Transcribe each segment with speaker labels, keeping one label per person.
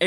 Speaker 1: 哎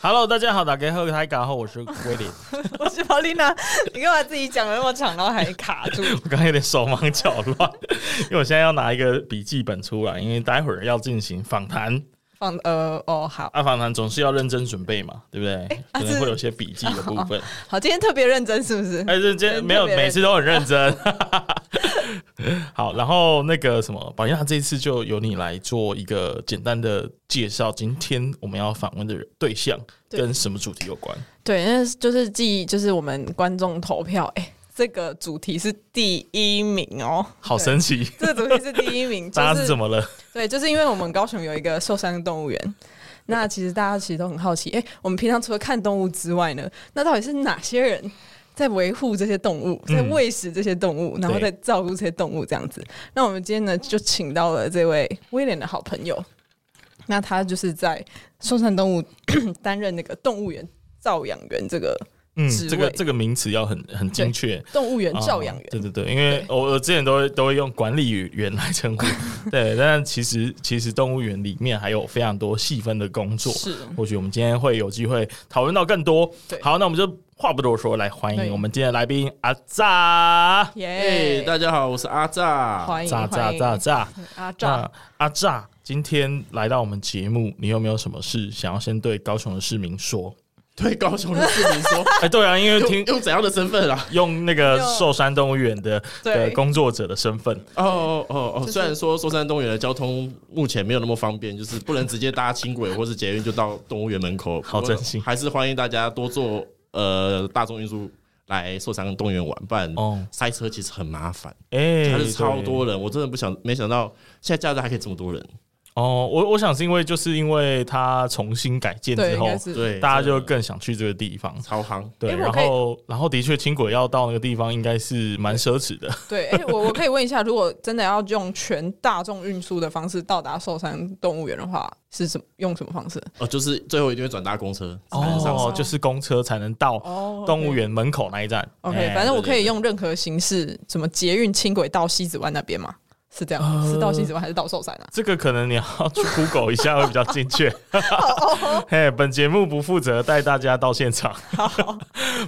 Speaker 2: Hello，大家好，打给贺台港后，我是威 廉。
Speaker 3: 我是 Paulina，你干嘛自己讲得那么长，然后还卡住？
Speaker 2: 我刚刚有点手忙脚乱，因为我现在要拿一个笔记本出来，因为待会儿要进行访谈。
Speaker 3: 放呃哦好
Speaker 2: 啊，访谈总是要认真准备嘛，对不对？
Speaker 3: 啊
Speaker 2: 可能
Speaker 3: 是
Speaker 2: 会有些笔记的部分。
Speaker 3: 好，今天特别认真是不是？
Speaker 2: 哎，认真没有，
Speaker 3: 哦啊特别认真
Speaker 2: 每次都很认真。 好，然后那个什么，宝燕娜这一次就由你来做一个简单的介绍。今天我们要访问的人对象
Speaker 3: 对
Speaker 2: 跟什么主题有关？
Speaker 3: 对，那就是记就是我们观众投票，哎、这个主题是第一名哦，
Speaker 2: 好神奇，
Speaker 3: 这个主题是第一名，
Speaker 2: 大
Speaker 3: 就
Speaker 2: 家是怎么了？
Speaker 3: 对，就是因为我们高雄有一个寿山动物园。那其实大家其实都很好奇，哎、我们平常除了看动物之外呢，那到底是哪些人在维护这些动物，在
Speaker 2: 嗯
Speaker 3: 喂食这些动物，然后
Speaker 2: 对
Speaker 3: 在照顾这些动物这样子？那我们今天呢，就请到了这位威廉的好朋友，那他就是在寿山动物 担任那个动物园照养员这个
Speaker 2: 嗯，
Speaker 3: 职位
Speaker 2: 这个这个名词要很很精
Speaker 3: 对
Speaker 2: 确。
Speaker 3: 动物园照养
Speaker 2: 哦对
Speaker 3: 员，
Speaker 2: 对对，因为
Speaker 3: 对
Speaker 2: 我我之前都会都会用管理员来称呼， 对，但其实其实动物园里面还有非常多细分的工作，
Speaker 3: 是
Speaker 2: 或许我们今天会有机会讨论到更多
Speaker 3: 对。
Speaker 2: 好，那我们就话不多说，来欢
Speaker 3: 对
Speaker 2: 迎我们今天的来宾阿炸，
Speaker 3: 耶
Speaker 1: 哎，、大家好，我是阿炸。
Speaker 3: 欢迎
Speaker 2: 炸炸
Speaker 3: 欢迎
Speaker 2: 炸炸，
Speaker 3: 阿炸
Speaker 2: 那阿炸，今天来到我们节目，你有没有什么事想要先对高雄的市民 说？
Speaker 1: 对高雄的市民说，
Speaker 2: 哎，对啊，因为
Speaker 1: 用
Speaker 2: 听
Speaker 1: 用怎样的身份啊？
Speaker 2: 用那个
Speaker 3: 用
Speaker 2: 寿山动物园的的
Speaker 3: 对
Speaker 2: 工作者的身份，
Speaker 1: 哦哦哦哦！
Speaker 3: 是
Speaker 1: 虽然说寿山动物园的交通目前没有那么方便，就是不能直接搭轻轨或是捷运就到动物园门 口。
Speaker 2: 好
Speaker 1: 不过
Speaker 2: 真心
Speaker 1: 还是欢迎大家多坐呃大众运输来寿山动物园玩伴。
Speaker 2: 哦
Speaker 1: 哦，塞车其实很麻烦，
Speaker 2: 哎，
Speaker 1: 它是超
Speaker 2: 对
Speaker 1: 多人，我真的不想没想到现在假日还可以这么多人。
Speaker 2: 哦，我我想是因为就是因为它重新改建
Speaker 3: 对，
Speaker 2: 之
Speaker 3: 应
Speaker 2: 后
Speaker 3: 该，是
Speaker 1: 对，
Speaker 2: 大家
Speaker 1: 真
Speaker 2: 就
Speaker 1: 的
Speaker 2: 更想去这个地方。
Speaker 1: 超夯。
Speaker 2: 对，
Speaker 3: 因为
Speaker 2: 然
Speaker 3: 我可以
Speaker 2: 后然后的确轻轨要到那个地方应该是蛮奢侈 的。
Speaker 3: 对，哎、我我可以问一下，如果真的要用全大众运输的方式到达寿山动物园的话，是什么用什么方式？
Speaker 1: 哦，就是最后一定会转搭公车，
Speaker 3: 能上
Speaker 2: 哦，
Speaker 3: 山
Speaker 2: 就是公车才能到
Speaker 3: 哦
Speaker 2: 动物。园门口那一站。
Speaker 3: OK，
Speaker 2: 哎
Speaker 3: 反正我
Speaker 1: 对对
Speaker 3: 可以用任何形式，什么捷运、轻轨到西子湾那边嘛？是这样吗，
Speaker 2: 呃
Speaker 3: 是到西子湾还是到寿山啊？
Speaker 2: 这个可 能你要去 Google 一下会比较精确。
Speaker 3: 哦
Speaker 2: 嘿，本节目不负责带大家到现场，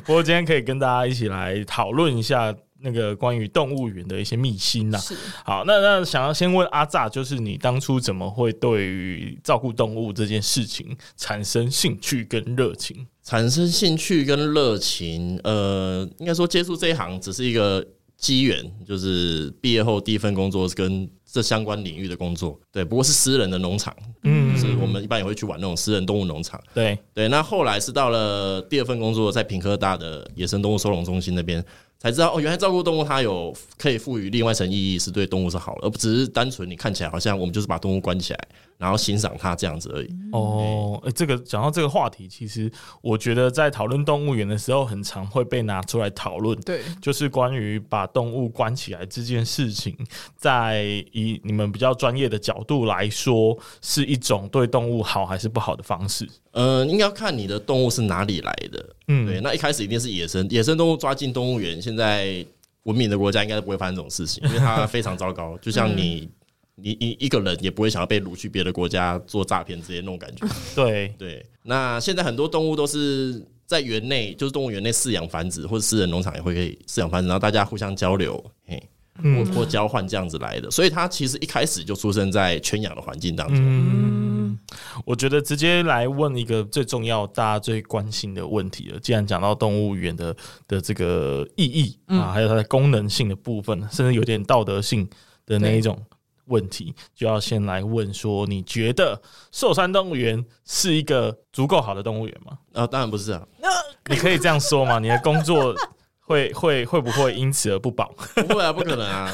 Speaker 2: 不过今天可以跟大家一起来讨论一下那个关于动物园的一些秘辛啊呐。
Speaker 3: 是
Speaker 2: 好，那那想要先问阿炸，就是你当初怎么会对于照顾动物这件事情产生兴趣跟热情？
Speaker 1: 产生兴趣跟热情。呃，应该说接触这一行只是一个机缘，就是毕业后第一份工作是跟这相关领域的工作，对，不过是私人的农场，
Speaker 2: 嗯
Speaker 1: 就是我们一般也会去玩那种私人动物农场。
Speaker 2: 对，
Speaker 1: 对，那后来是到了第二份工作，在平科大的野生动物收容中心那边，才知道哦，原来照顾动物它有可以赋予另外一层意义，是对动物是好的，而不只是单纯你看起来好像我们就是把动物关起来，然后欣赏它这样子而已。
Speaker 2: 哦，诶这个讲到这个话题，其实我觉得在讨论动物园的时候，很常会被拿出来讨论，
Speaker 3: 对，
Speaker 2: 就是关于把动物关起来这件事情，在以你们比较专业的角度来说，是一种对动物好还是不好的方式。
Speaker 1: 呃，应该要看你的动物是哪里来的。
Speaker 2: 嗯
Speaker 1: 对，那一开始一定是野生，野生动物抓进动物园，现在文明的国家应该不会发生这种事情，因为它非常糟糕。就像你，你一一个人也不会想要被掳去别的国家做诈骗之类那种感觉。
Speaker 2: 对，
Speaker 1: 对，那现在很多动物都是在园内，就是动物园内饲养繁殖，或者私人农场也会可以饲养繁殖，然后大家互相交流，嘿，或或交换这样子来的。所以它其实一开始就出生在圈养的环境当中。
Speaker 2: 我觉得直接来问一个最重要、大家最关心的问题了。既然讲到动物园的的这个意义、啊，还有它的功能性的部分，甚至有点道德性的那一种问题，就要先来问说，你觉得寿山动物园是一个足够好的动物园吗？
Speaker 1: 啊、当然不是啊，
Speaker 2: 你可以这样说吗？你的工作会会会不会因此而不保？
Speaker 1: 不会啊，不可 能啊！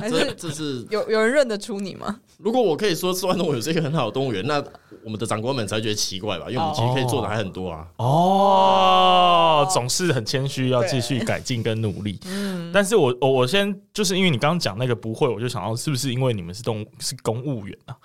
Speaker 3: 还
Speaker 1: 这
Speaker 3: 是
Speaker 1: 这是
Speaker 3: 有有人认得出你吗？
Speaker 1: 如果我可以说四万动物园是一个很好的动物园，那我们的长官们才会觉得奇怪吧？因为我们其实可以做的还很多啊。
Speaker 2: 哦，总是很谦虚，要继续改进跟努力。但是我我我先就是因为你刚刚讲那个不会，我就想到是不是因为你们是动物是公务员啊？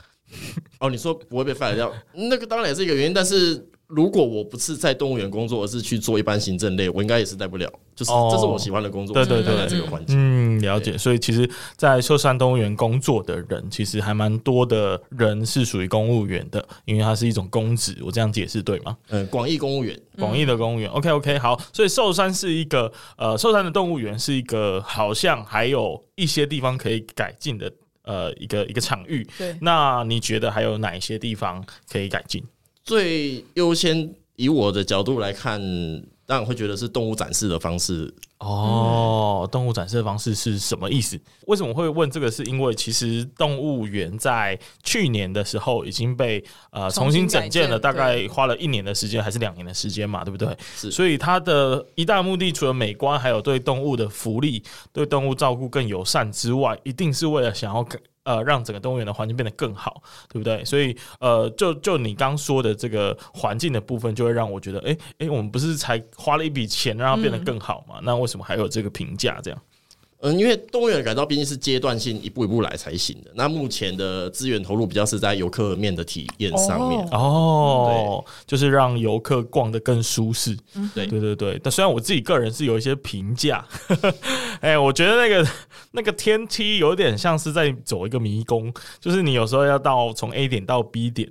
Speaker 1: 哦，你说不会被 fire 掉，那个当然也是一个原因。但是如果我不是在动物园工作，而是去做一般行政类，我应该也是待不了。就是
Speaker 2: 哦
Speaker 1: 这是我喜欢的工作，
Speaker 2: 对对对
Speaker 1: 我喜欢在这个环境。
Speaker 2: 嗯，了解。所以其实，在寿山动物园工作的人，其实还蛮多的人是属于公务员的，因为它是一种公职。我这样解释对吗？
Speaker 1: 嗯，广义公务员，
Speaker 2: 广义的公务员。OK OK，好，所以寿山是一个呃，寿山的动物园是一个好像还有一些地方可以改进的呃一个一个场域。
Speaker 3: 对
Speaker 2: 那你觉得还有哪一些地方可以改进？
Speaker 1: 最优先以我的角度来看，当然会觉得是动物展示的方式。
Speaker 2: 哦，动物展示的方式是什么意思？为什么会问这个？是因为其实动物园在去年的时候已经被呃重
Speaker 3: 重
Speaker 2: 新
Speaker 3: 新
Speaker 2: 整建了，大
Speaker 3: 改建
Speaker 2: 概
Speaker 3: 对
Speaker 2: 花了一年的时间还是两年的时间嘛，对不对？
Speaker 1: 是
Speaker 2: 所以它的一大目的除了美观，还有对动物的福利、对动物照顾更友善之外，一定是为了想要更呃让整个动物园的环境变得更好，对不对？所以呃，就就你刚说的这个环境的部分，就会让我觉得，诶诶，我们不是才花了一笔钱让它变得更好嘛？那为什么还有这个评价这样？
Speaker 1: 嗯，因为动物园的改造毕竟是阶段性，一步一步来才行的。那目前的资源投入比较是在游客面的体验上面。
Speaker 2: 哦，就是让游客逛得更舒适。
Speaker 1: 对
Speaker 2: 对对对，但虽然我自己个人是有一些评价， 哎、我觉得那个那个天梯有点像是在走一个迷宫，就是你有时候要到从 A 点到 B 点，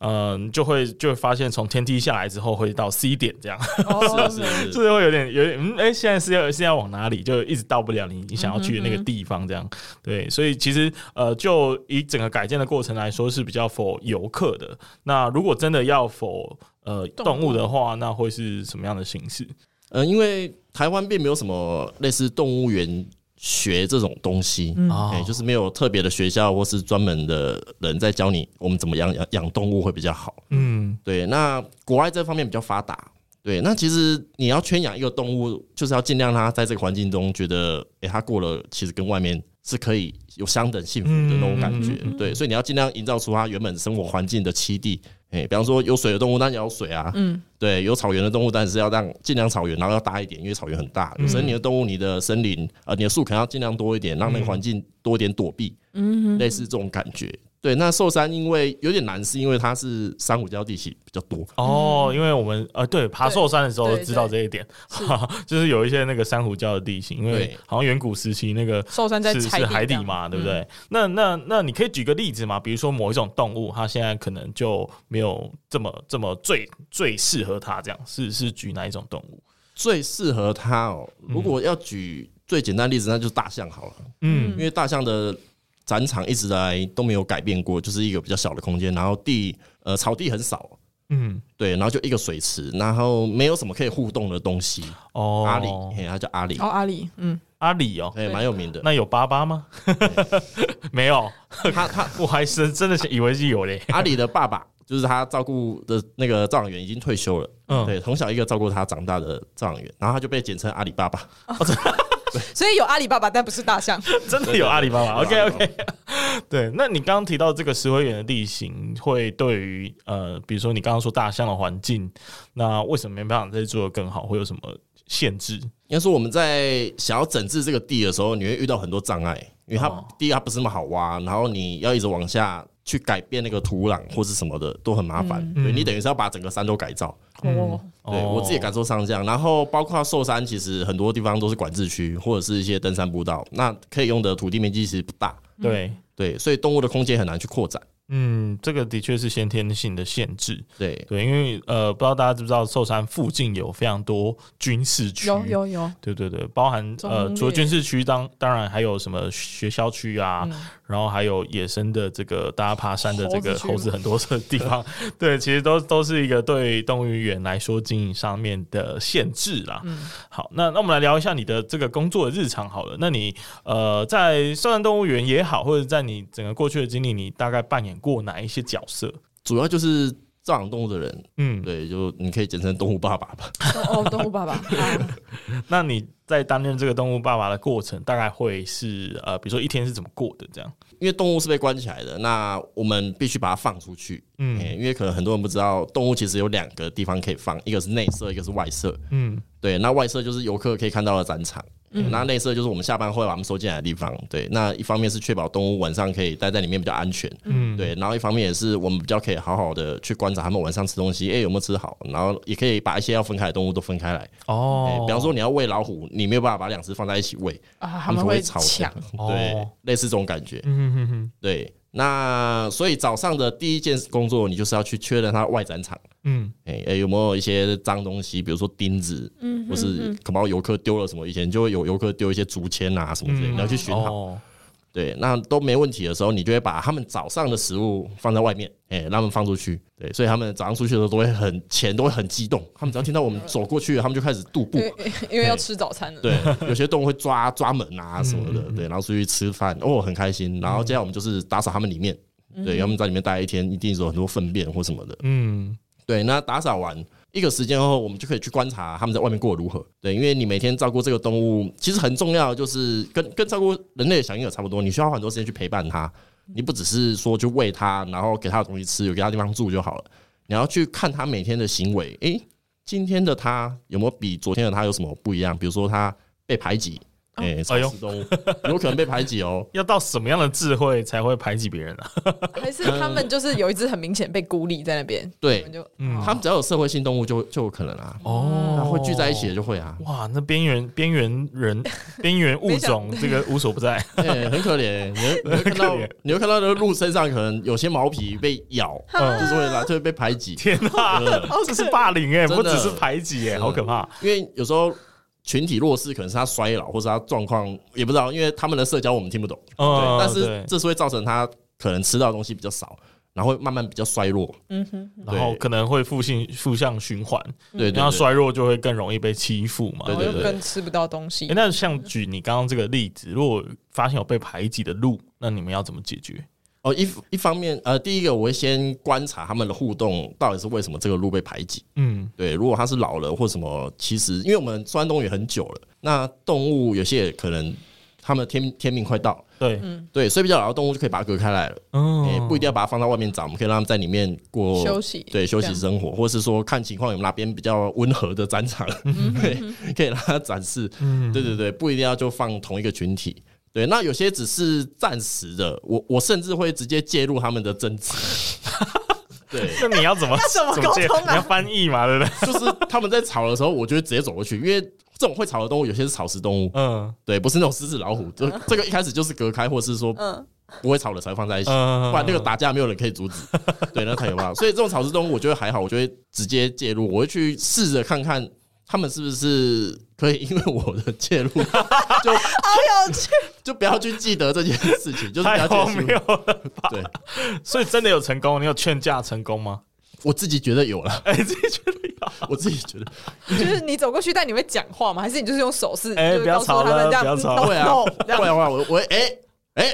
Speaker 2: 嗯、就会就会发现从天梯下来之后会到 C 点这样，
Speaker 3: 哦，
Speaker 1: 是啊是
Speaker 2: 就是会有点有点嗯，哎、现在是要是要往哪里，就一直到不了你你想要去的那
Speaker 3: 嗯
Speaker 2: 个地方这样。对，所以其实呃，就以整个改建的过程来说是比较否游客的。那如果真的要否呃动
Speaker 3: 动物
Speaker 2: 物的话，那会是什么样的形式？
Speaker 1: 嗯，因为台湾并没有什么类似动物园学这种东西，嗯
Speaker 2: 哦
Speaker 1: 就是没有特别的学校或是专门的人在教你我们怎么样养养动物会比较好。
Speaker 2: 嗯，
Speaker 1: 对，那国外这方面比较发达。对，那其实你要圈养一个动物，就是要尽量让它在这个环境中觉得，诶、它过了其实跟外面是可以有相等幸福的那种感觉。对，所以你要尽量营造出它原本生活环境的栖地。诶、比方说有水的动物，当然要有水啊。嗯，对，有草原的动物，但是要让尽量草原，然后要大一点，因为草原很大。所以你的动物、你的森林，呃，你的树可能要尽量多一点，让那个环境多一点躲避。
Speaker 2: 嗯
Speaker 1: 类似这种感觉。对，那寿山因为有点难，是因为它是珊瑚礁地形比较多。
Speaker 2: 哦，因为我们呃，对，爬寿山的时候
Speaker 3: 对对
Speaker 2: 知道这一点，
Speaker 3: 是
Speaker 2: 就是有一些那个珊瑚礁的地形，因为
Speaker 1: 对
Speaker 2: 好像远古时期那个
Speaker 3: 寿山在
Speaker 2: 是
Speaker 3: 踩
Speaker 2: 是海底
Speaker 3: 这样
Speaker 2: 嘛，对
Speaker 3: 嗯
Speaker 2: 不对？那那那你可以举个例子嘛，比如说某一种动物，它现在可能就没有这么这么最最适合它这样，是是举哪一种动物？
Speaker 1: 最适合它哦，如果要举最简单的例子，那就是大象好了，
Speaker 2: 嗯
Speaker 1: 因为大象的展场一直来都没有改变过，就是一个比较小的空间，然后地呃草地很少，
Speaker 2: 嗯，
Speaker 1: 对，然后就一个水池，然后没有什么可以互动的东西。
Speaker 2: 哦，
Speaker 1: 阿里，嘿，它叫阿里哎
Speaker 3: 哦，，阿里，嗯，
Speaker 2: 阿里哦，
Speaker 1: 嘿，蛮有名的。
Speaker 2: 那有粑粑吗？ 没有，
Speaker 1: 他他
Speaker 2: 我还是真的是以为是有嘞。
Speaker 1: 阿里的爸爸就是他照顾的那个照养员已经退休了，
Speaker 2: 嗯
Speaker 1: 对，从小一个照顾他长大的照养员，然后他就被简称阿里爸爸。
Speaker 3: 所以有阿里巴巴，但不是大象。
Speaker 2: 真的有阿里巴巴。
Speaker 1: 对
Speaker 2: OK
Speaker 1: 对对
Speaker 2: OK，对，那你刚刚提到这个石灰岩的地形，会对于呃，比如说你刚刚说大象的环境，那为什么没办法再做得更好？会有什么限制？
Speaker 1: 应该说我们在想要整治这个地的时候，你会遇到很多障碍，因为它
Speaker 2: 哦
Speaker 1: 第一它不是那么好挖，然后你要一直往下去改变那个土壤或是什么的都很麻烦，对你等于是要把整个山都改造。
Speaker 3: 哦，
Speaker 1: 对我自己的感受上是这样，然后包括寿山，其实很多地方都是管制区或者是一些登山步道，那可以用的土地面积其实不大，
Speaker 2: 对，
Speaker 1: 对，所以动物的空间很难去扩展。
Speaker 2: 嗯，这个的确是先天性的限制。
Speaker 1: 对，
Speaker 2: 对，因为呃，不知道大家知不知道，寿山附近有非常多军事区，啊
Speaker 3: 有有有，
Speaker 2: 对对对，包含呃，
Speaker 3: 中
Speaker 2: 除了
Speaker 3: 略
Speaker 2: 军事区，当当然还有什么学校区啊，然后还有野生的这个大家爬山的这个猴
Speaker 3: 猴
Speaker 2: 子
Speaker 3: 子区吗
Speaker 2: 很多的地方，对，其实都都是一个对动物园来说经营上面的限制啦。好，那那我们来聊一下你的这个工作的日常好了。那你呃，在寿山动物园也好，或者在你整个过去的经历，你大概扮演过哪一些角色？
Speaker 1: 主要就是照养动物的人，
Speaker 2: 嗯，
Speaker 1: 对，就你可以简称动物爸爸吧。
Speaker 4: 哦，动物爸 爸，啊
Speaker 2: 那你在担任这个动物爸爸的过程，大概会是呃，比如说一天是怎么过的这样？
Speaker 1: 因为动物是被关起来的，那我们必须把它放出去。嗯、因为可能很多人不知道，动物其实有两个地方可以放，一个是内舍，一个是外舍。
Speaker 2: 嗯，
Speaker 1: 对，那外舍就是游客可以看到的展场，那内舍就是我们下班会把它们收进来的地方。对，那一方面是确保动物晚上可以待在里面比较安全，嗯，对，然后一方面也是我们比较可以好好的去观察它们晚上吃东西，哎、有没有吃好，然后也可以把一些要分开的动物都分开来。
Speaker 2: 哦
Speaker 1: 哎比方说你要喂老虎，你没有办法把两只放在一起喂，
Speaker 3: 啊，他
Speaker 1: 它
Speaker 3: 们
Speaker 1: 会吵架
Speaker 3: 抢，
Speaker 1: 对
Speaker 2: 哦，
Speaker 1: 类似这种感觉。
Speaker 2: 嗯哼哼，
Speaker 1: 对，那所以早上的第一件工作，你就是要去确认它外展场，
Speaker 2: 嗯，
Speaker 1: 哎、哎有没有一些脏东西，比如说钉子，嗯，或是可能游客丢了什么，以前就会有游客丢一些竹签啊什么之类的，你要去寻好。
Speaker 2: 哦，
Speaker 1: 对，那都没问题的时候，你就会把他们早上的食物放在外面，哎、让他们放出去。对，所以他们早上出去的时候都会很前都会很激动，他们只要听到我们走过去，他们就开始踱步
Speaker 3: 因。为因为要吃早餐了。
Speaker 1: 对，有些动物会抓抓门啊什么的，对，然后出去吃饭，哦，很开心。然后接下来我们就是打扫他们里面，对，他们在里面待一天，一定有很多粪便或什么的。
Speaker 2: 嗯，
Speaker 1: 对，那打扫完一个时间后，我们就可以去观察他们在外面过得如何。对，因为你每天照顾这个动物，其实很重要，就是跟跟照顾人类的小婴儿差不多，你需要花很多时间去陪伴它。你不只是说去喂它，然后给它东西吃，有给它地方住就好了。你要去看它每天的行为，诶、今天的它有没有比昨天的它有什么不一样？比如说它被排挤，诶、草
Speaker 2: 哎呦
Speaker 1: 食动物、有可能被排挤哦。
Speaker 2: 要到什么样的智慧才会排挤别人啊？
Speaker 3: 还是他们就是有一只很明显被孤立在那边，我
Speaker 1: 嗯 对嗯
Speaker 3: 们，就
Speaker 1: 它们只要有社会性动物就就有可能啊，
Speaker 2: 哦
Speaker 1: 它会聚在一起的就会啊。
Speaker 2: 哇，那边缘边缘人 边缘物种这个无所不在，
Speaker 1: 欸、很可怜，你会你会看
Speaker 2: 很
Speaker 1: 到
Speaker 2: 可怜，
Speaker 1: 你会看到那个鹿身上可能有些毛皮被咬，
Speaker 2: 嗯
Speaker 1: 就是会来就会被排挤，
Speaker 2: 天啊， 这是霸凌哎，
Speaker 1: 真的
Speaker 2: 不只是排挤哎，好可怕。
Speaker 1: 因为有时候群体弱势可能是他衰老或是他状况也不知道，因为他们的社交我们听不懂，
Speaker 2: 嗯
Speaker 1: 对，
Speaker 2: 对
Speaker 1: 但是这是会造成他可能吃到的东西比较少，然后会慢慢比较衰弱，
Speaker 2: 然后可能会负性负向循环，
Speaker 1: 对对
Speaker 2: 然后
Speaker 1: 对，
Speaker 2: 衰弱就会更容易被欺负嘛。
Speaker 1: 对
Speaker 3: 然后
Speaker 1: 对
Speaker 3: 又
Speaker 1: 对
Speaker 3: 跟吃不到东西
Speaker 2: 诶。那像举你刚刚这个例子，如果发现有被排挤的鹿，那你们要怎么解决？
Speaker 1: 哦，一一方面，呃，第一个我会先观察他们的互动到底是为什么这个鹿被排挤，
Speaker 2: 嗯，
Speaker 1: 对，如果它是老了或什么，其实因为我们钻动物也很久了，那动物有些也可能它们的天天命快到了。
Speaker 2: 对，
Speaker 3: 嗯
Speaker 1: 对，所以比较老的动物就可以把它隔开来了，
Speaker 2: 嗯
Speaker 1: 也、不一定要把它放到外面长，我们可以让它们在里面过
Speaker 3: 休息
Speaker 1: 对，休
Speaker 3: 这
Speaker 1: 息
Speaker 3: 样
Speaker 1: 生活，或是说看情况有哪边比较温和的展场，
Speaker 3: 嗯
Speaker 1: 对，可以让它展示，对对对，不一定要就放同一个群体。对，那有些只是暂时的，我我甚至会直接介入他们的争执， 对，
Speaker 2: 那你要 怎么
Speaker 3: 怎么沟
Speaker 2: 解
Speaker 3: 通啊
Speaker 2: 你要翻译嘛，对不对？
Speaker 1: 就是他们在吵的时候，我就会直接走过去，因为这种会吵的动物有些是草食动物，
Speaker 2: 嗯
Speaker 1: 对，不是那种狮子、老虎，这这个一开始就是隔开，或是说不会吵的才放在一起，
Speaker 2: 嗯
Speaker 1: 不然那个打架没有人可以阻止， 对，那才有办法。所以这种草食动物，我觉得还好，我就会直接介入，我会去试着看看他们是不是可以因为我的介 入，就
Speaker 3: 好有趣，
Speaker 1: 就不要去记得这件事情， 就是不
Speaker 2: 太
Speaker 1: 要
Speaker 2: 荒
Speaker 1: 记
Speaker 2: 谬
Speaker 1: 得。
Speaker 2: 了。
Speaker 1: 对，
Speaker 2: 所以真的有成功？你有劝架成功吗？
Speaker 1: 我自己觉得有了，
Speaker 2: 哎，自己觉得有。
Speaker 1: 我自己觉得
Speaker 3: 就是你走过去，但你会讲话吗？还是你就是用手势？
Speaker 2: 哎
Speaker 3: 就是
Speaker 2: 不要
Speaker 3: 告诉
Speaker 2: 吵
Speaker 3: 他们
Speaker 2: 了
Speaker 3: 这样嗯
Speaker 2: 不要吵了
Speaker 1: 会啊
Speaker 3: no，这，样
Speaker 1: 会啊，会啊，我我会哎哎，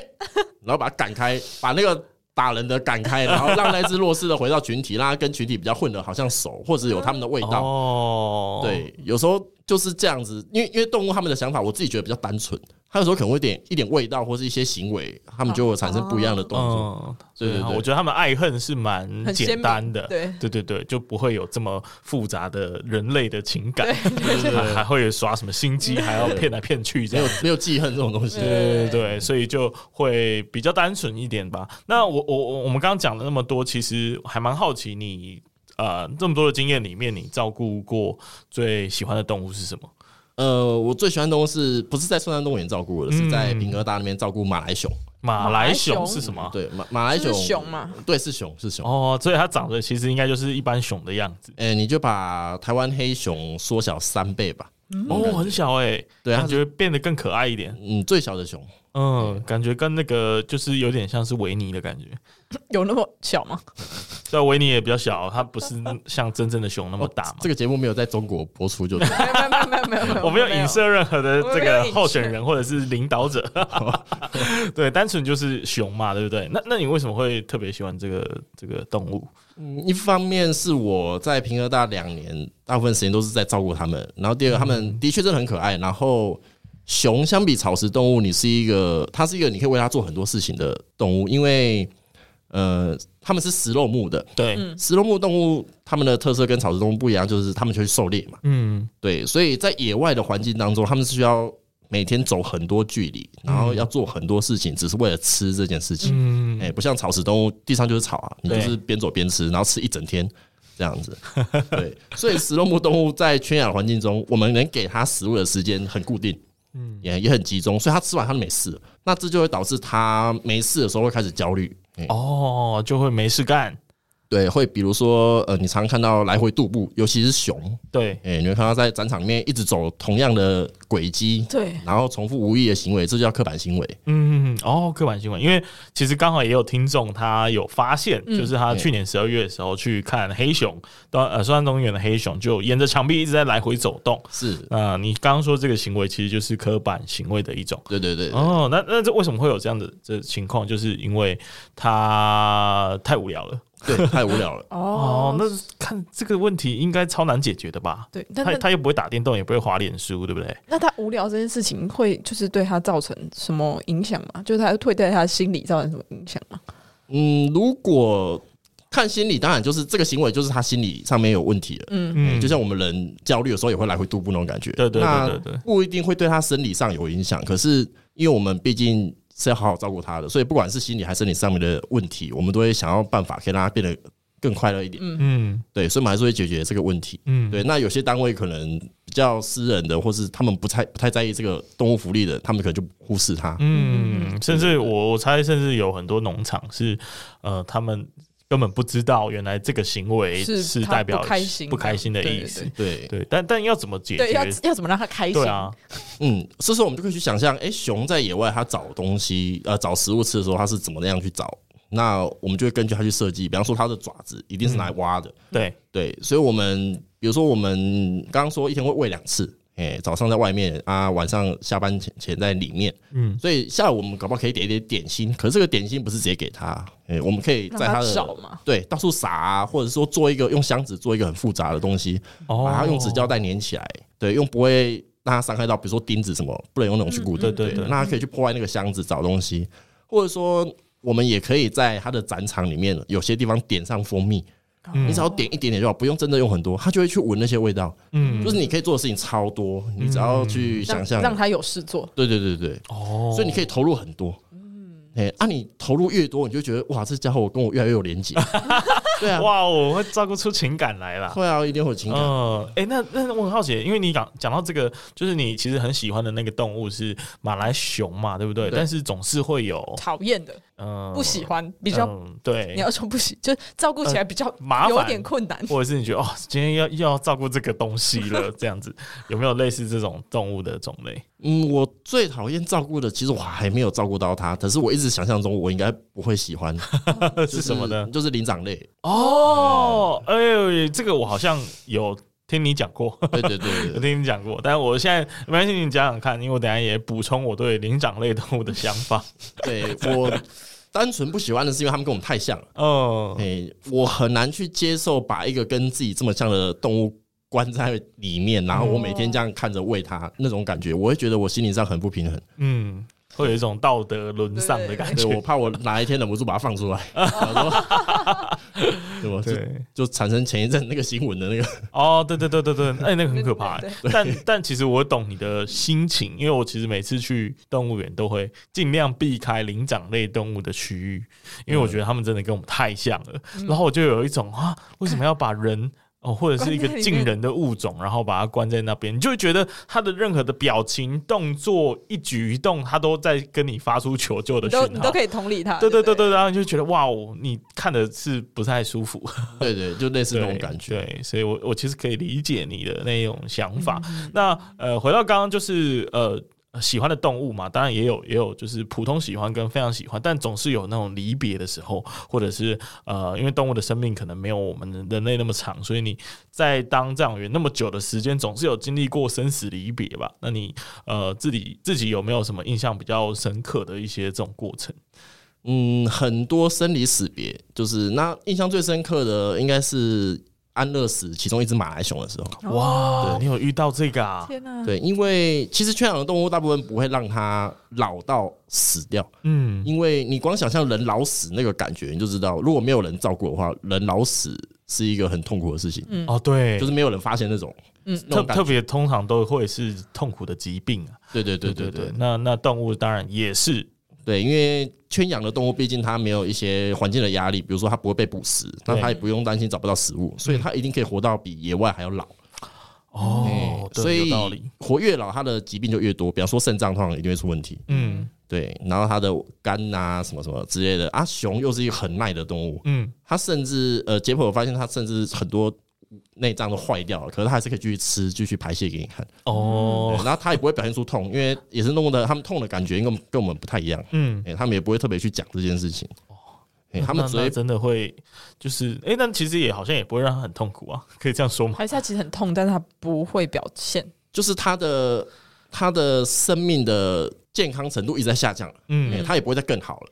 Speaker 1: 然后把它赶开，把那个打人的赶开，然后让那只弱势的回到群体，让它跟群体比较混的，好像熟，或者有他们的味道。
Speaker 2: 哦，
Speaker 1: 对，有时候就是这样子，因为因为动物他们的想法，我自己觉得比较单纯，它有时候可能会有点一点味道或是一些行为，他们就会产生不一样的动作。
Speaker 2: 嗯，
Speaker 1: 对对对
Speaker 2: 我觉得他们爱恨是蛮
Speaker 3: 很鲜
Speaker 2: 简
Speaker 3: 明
Speaker 2: 单的，
Speaker 3: 对
Speaker 2: 对对对，就不会有这么复杂的人类的情感，
Speaker 1: 对对
Speaker 2: 还
Speaker 1: 对，
Speaker 2: 还会有耍什么心机，还要骗来骗去这
Speaker 1: 没
Speaker 2: 样
Speaker 1: 有。没有记恨这种东西。
Speaker 2: 对对对，所以就会比较单纯一点吧。那我我我我们刚刚讲了那么多，其实还蛮好奇你呃这么多的经验里面，你照顾过最喜欢的动物是什么？
Speaker 1: 呃，我最喜欢的动物是不是在松山动物园照顾的，是在
Speaker 2: 嗯
Speaker 1: 平哥大那边照顾马来熊。
Speaker 2: 马
Speaker 3: 马
Speaker 2: 来
Speaker 3: 来
Speaker 2: 熊
Speaker 3: 熊
Speaker 2: 是什么？
Speaker 1: 对，马马来
Speaker 3: 就
Speaker 1: 熊
Speaker 3: 是熊嘛，
Speaker 1: 对，是熊，是熊。
Speaker 2: 哦，所以它长得其实应该就是一般熊的样子。
Speaker 1: 哎、你就把台湾黑熊缩小三倍吧。
Speaker 2: 哦，很小哎、
Speaker 1: 对它
Speaker 2: 感觉变得更可爱一点。
Speaker 1: 嗯，最小的熊，
Speaker 2: 嗯，感觉跟那个就是有点像是维尼的感觉，
Speaker 3: 有那么小吗？
Speaker 2: 虽然维尼也比较小，它不是像真正的熊那么大嘛。
Speaker 1: 这个节目没有在中国播出就对了
Speaker 3: 没有 没有没有没有没有，
Speaker 2: 我没有影射任何的这
Speaker 3: 我没有
Speaker 2: 个
Speaker 3: 影射
Speaker 2: 候选人或者是领导 者，对，单纯就是熊嘛，对不对？那那你为什么会特别喜欢这个这个动物？
Speaker 1: 嗯一方面是我在平和大两年，大部分时间都是在照顾他们。然后第二个，他
Speaker 2: 嗯
Speaker 1: 们的确真的很可爱。然后熊相比草食动物，你是一个，它是一个你可以为它做很多事情的动物，因为呃，它们是食肉目的。
Speaker 2: 对，
Speaker 1: 食肉目动物它们的特色跟草食动物不一样，就是它们去狩猎嘛。
Speaker 2: 嗯，
Speaker 1: 对，所以在野外的环境当中，它们是需要每天走很多距离，然后要做很多事情，只是为了吃这件事情。
Speaker 2: 嗯，
Speaker 1: 哎、不像草食动物，地上就是草啊，你就
Speaker 2: 对
Speaker 1: 是边走边吃，然后吃一整天这样子。对，所以食肉目动物在圈养的环境中，我们能给它食物的时间很固定，嗯，也也很集中，所以它吃完它就没事了。那这就会导致它没事的时候会开始焦虑。哎
Speaker 2: 哦，就会没事干，
Speaker 1: 对，会比如说，呃，你常看到来回踱步，尤其是熊，
Speaker 2: 对，
Speaker 1: 哎、你会看到在展场里面一直走同样的轨迹，
Speaker 3: 对，
Speaker 1: 然后重复无意义的行为，这就叫刻板行为。
Speaker 2: 嗯，哦，刻板新闻，因为其实刚好也有听众他有发现，就是他去年十二月的时候去看黑熊，到呃双山公园的黑熊就沿着墙壁一直在来回走动。
Speaker 1: 是，
Speaker 2: 那、你刚刚说这个行为其实就是刻板行为的一种。
Speaker 1: 对对对，对
Speaker 2: 哦，那那这为什么会有这样的这情况？就是因为他太无聊了。
Speaker 1: 对，太无聊了。
Speaker 2: 哦
Speaker 3: 哦，，
Speaker 2: 那看这个问题应该超难解决的吧？
Speaker 3: 对，但
Speaker 2: 他
Speaker 3: 那
Speaker 2: 他又不会打电动，也不会滑脸书，对不对？
Speaker 3: 那他无聊这件事情会就是对他造成什么影响吗？就是他会对他的心理造成什么影响吗？
Speaker 1: 嗯，如果看心理，当然就是这个行为就是他心理上面有问题了。哎
Speaker 2: 嗯
Speaker 1: 就像我们人焦虑的时候也会来回踱步那种感觉。
Speaker 2: 对对
Speaker 1: 那
Speaker 2: 对对对
Speaker 1: 不一定会对他生理上有影响，可是因为我们毕竟是要好好照顾他的，所以不管是心理还是生理上面的问题，我们都会想要办法可以让他变得更快乐一点。
Speaker 2: 嗯
Speaker 1: 对，所以我们还是会解决这个问题。
Speaker 2: 嗯，
Speaker 1: 对，那有些单位可能比较私人的，或是他们不太不太在意这个动物福利的，他们可能就忽视它。
Speaker 2: 嗯，甚至我我猜，甚至有很多农场是，呃，他们根本不知道原来这个行为
Speaker 3: 是
Speaker 2: 是
Speaker 3: 他
Speaker 2: 代表
Speaker 3: 不开心的
Speaker 2: 不开心的意思
Speaker 3: 对。
Speaker 1: 对，
Speaker 2: 对，但但要怎么解
Speaker 3: 对，要
Speaker 2: 决？
Speaker 3: 要怎么让他开心？
Speaker 2: 对啊，
Speaker 1: 嗯，这时候我们就可以去想象，哎、熊在野外它找东西，呃，找食物吃的时候，它是怎么样去找？那我们就会根据它去设计，比方说它的爪子一定是拿来挖的，
Speaker 3: 嗯
Speaker 2: 对，
Speaker 1: 对，所以我们比如说我们刚刚说一天会喂两次，哎、早上在外面啊，晚上下班前前在里面，
Speaker 2: 嗯
Speaker 1: 嗯，所以下午我们搞不好可以点一点点心，可是这个点心不是直接给它，哎、我们可以
Speaker 3: 让
Speaker 1: 在它
Speaker 3: 他
Speaker 1: 的
Speaker 3: 找嘛。
Speaker 1: 对，到处撒、啊，或者说做一个用箱子做一个很复杂的东西，
Speaker 2: 哦
Speaker 1: 把它用纸胶带粘起来，对，用不会让它伤害到，比如说钉子什么，不能用那种去固定，
Speaker 2: 嗯嗯对对对
Speaker 1: 那它可以去破坏那个箱子找东西，或者说我们也可以在它的展场里面有些地方点上蜂蜜，
Speaker 2: 啊
Speaker 1: 你只要点一点点就好，不用真的用很多，它就会去闻那些味道，
Speaker 2: 嗯，
Speaker 1: 就是你可以做的事情超多，你只要去想
Speaker 3: 让
Speaker 1: 象，
Speaker 3: 让他有事做，
Speaker 1: 对对对对，
Speaker 2: 哦，
Speaker 1: 所以你可以投入很多。
Speaker 3: 嗯
Speaker 1: 哎、啊，你投入越多，你就觉得哇，这家伙跟我越来越有连结。对啊，
Speaker 2: 哇哦，我会照顾出情感来啦。
Speaker 1: 会啊，一定会有情感。
Speaker 2: 嗯，哎、那那我很好奇，因为你讲讲到这个，就是你其实很喜欢的那个动物是马来熊嘛，对不对？
Speaker 1: 对
Speaker 2: 但是总是会有，
Speaker 3: 讨厌的，
Speaker 2: 嗯，
Speaker 3: 不喜欢，比较
Speaker 2: 嗯、对，
Speaker 3: 你要说不喜，就是照顾起来比较
Speaker 2: 麻烦
Speaker 3: 有点困难。
Speaker 2: 或者是你觉得哦，今天要又要照顾这个东西了，这样子有没有类似这种动物的种类？
Speaker 1: 嗯，我最讨厌照顾的，其实我还没有照顾到它，可是我一直想象中我应该不会喜 欢，就是
Speaker 2: 什么呢？
Speaker 1: 就是灵长类。
Speaker 2: 哦，哎呦，这个我好像有听你讲过，
Speaker 1: 对对对
Speaker 2: 有
Speaker 1: 对，
Speaker 2: 听你讲过，但是我现在没关系，你讲讲看，因为我等一下也补充我对灵长类动物的想法。
Speaker 1: 对对我单纯不喜欢的是因为它们跟我们太像了，
Speaker 2: 嗯，
Speaker 1: 诶、我很难去接受把一个跟自己这么像的动物关在里面，然后我每天这样看着喂它那种感觉，我会觉得我心理上很不 平衡。
Speaker 2: 嗯，会有一种道德沦丧的感
Speaker 1: 对
Speaker 2: 觉。
Speaker 1: 我怕我哪一天忍不住把它 放出来，然后 对吧？就
Speaker 2: 对，
Speaker 1: 就产生前一阵那个新闻的那个，
Speaker 2: 哦，对对对对 对，哎、那个很可怕、
Speaker 3: 对
Speaker 2: 但 但其实我懂你的心情，因为我其实每次去动物园都会尽量避开灵长类动物的区域，因为我觉得他们真的跟我们太像了。
Speaker 3: 嗯
Speaker 2: 然后我就有一种啊，为什么要把 人？哦，或者是一个
Speaker 3: 关在里面
Speaker 2: 近人的物种，然后把它关在那边，你就会觉得他的任何的表情、动作、一举一动，他都在跟你发出求救的
Speaker 3: 你
Speaker 2: 讯
Speaker 3: 都
Speaker 2: 号。
Speaker 3: 你都可以同理他，
Speaker 2: 对对对
Speaker 3: 对不对，
Speaker 2: 对，然后你就觉得哇哦，你看的是不太舒服。
Speaker 1: 对对，就类似那种
Speaker 2: 对
Speaker 1: 感觉。
Speaker 2: 对，所以我
Speaker 1: 嗯
Speaker 2: 我其实可以理解你的那种想法。那呃，回到刚刚就是呃。呃喜欢的动物嘛，当然也有也有就是普通喜欢跟非常喜欢，但总是有那种离别的时候，或者是呃，因为动物的生命可能没有我们人类那么长，所以你在当饲养员那么久的时间，总是有经历过生死离别吧？那你呃自己自己有没有什么印象比较深刻的一些这种过程？
Speaker 1: 嗯，很多生离死别，就是那印象最深刻的应该是安乐死其中一只马来熊的时候。
Speaker 2: 哇，你有遇到这个啊？
Speaker 3: 天哪、
Speaker 1: 对，因为其实圈养的动物大部分不会让它老到死掉，
Speaker 2: 嗯，
Speaker 1: 因为你光想象人老死那个感觉，你就知道，如果没有人照顾的话，人老死是一个很痛苦的事情，
Speaker 2: 哦，对，
Speaker 1: 就是没有人发现那种，嗯，
Speaker 2: 特特别通常都会是痛苦的疾病啊。
Speaker 1: 对对对对对
Speaker 2: 对，那那动物当然也是，
Speaker 1: 对，因为圈养的动物，毕竟它没有一些环境的压力，比如说它不会被捕食，那它也不用担心找不到食物，所以它一定可以活到比野外还要老。
Speaker 2: 哦，对
Speaker 1: 所以嗯
Speaker 2: 有道理，
Speaker 1: 活越老，它的疾病就越多，比方说肾脏通常一定会出问题。
Speaker 2: 嗯
Speaker 1: 对，然后它的肝啊什么什么之类的啊，熊又是一个很耐的动物，
Speaker 2: 嗯，
Speaker 1: 它甚至呃解剖我发现它甚至很多内脏都坏掉了，可是它还是可以继续吃，继续排泄给你看。
Speaker 2: 哦，
Speaker 1: 对然后它也不会表现出痛，因为野生动物的它们痛的感觉应该跟我们不太一样。
Speaker 2: 嗯，
Speaker 1: 哎、他们也不会特别去讲这件事情。哎、他们
Speaker 2: 哦那
Speaker 1: 只
Speaker 2: 那
Speaker 1: 会
Speaker 2: 真的会就是，哎，但其实也好像也不会让他很痛苦啊， 可以这样说吗？
Speaker 3: 还是他其实很痛，但是他不会表现。
Speaker 1: 就是他的他的生命的健康程度一直在下降了，哎、
Speaker 2: 嗯
Speaker 1: 他也不会再更好了。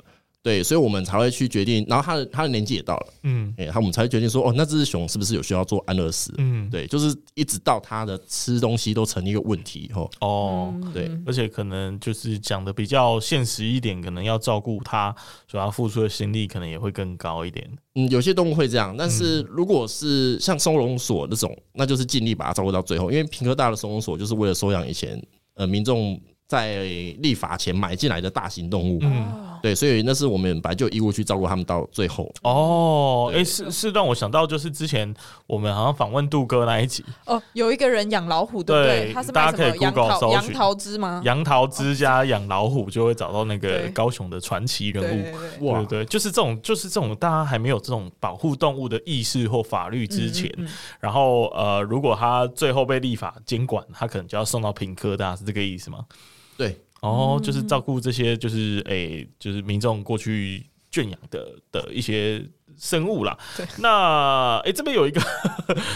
Speaker 1: 对，所以我们才会去决定，然后他的他的年纪也到了，
Speaker 2: 嗯
Speaker 1: 哎、他我们才会决定说，哦，那这只熊是不是有需要做安乐死？
Speaker 2: 嗯，
Speaker 1: 对，就是一直到它的吃东西都成一个问题以后，
Speaker 2: 哦。
Speaker 1: 对，
Speaker 2: 而且可能就是讲的比较现实一点，可能要照顾他所要付出的心力，可能也会更高一点。
Speaker 1: 嗯，有些动物会这样，但是如果是像收容所那种，那就是尽力把它照顾到最后。因为平科大的收容所就是为了收养以前呃民众在立法前买进来的大型动物，
Speaker 2: 嗯
Speaker 1: 对，所以那是我们本来就有义务去照顾他们到最后。
Speaker 2: 哦，哎、
Speaker 1: 对
Speaker 2: 是是让我想到，就是之前我们好像访问杜哥那一集，
Speaker 3: 哦，有一个人养老虎，对不对？
Speaker 2: 对
Speaker 3: 他是
Speaker 2: 大
Speaker 3: 卖什
Speaker 2: 家
Speaker 3: 么
Speaker 2: 可以
Speaker 3: 杨
Speaker 2: Google
Speaker 3: 桃
Speaker 2: 搜
Speaker 3: 杨
Speaker 2: 寻
Speaker 3: 桃汁吗？
Speaker 2: 杨桃之家养老虎，就会找到那个
Speaker 3: 嗯对
Speaker 2: 高雄的传奇人
Speaker 3: 对
Speaker 2: 物。
Speaker 3: 对对，
Speaker 2: 对对对，就是这种，就是这种，大家还没有这种保护动物的意识或法律之前，
Speaker 3: 嗯
Speaker 2: 然后呃，如果他最后被立法监管，他可能就要送到品科大，是这个意思吗？
Speaker 1: 对，
Speaker 2: 哦，就是照顾这些，就是诶、就是民众过去圈养的的一些生物啦。
Speaker 3: 对
Speaker 2: 那诶、这边有一个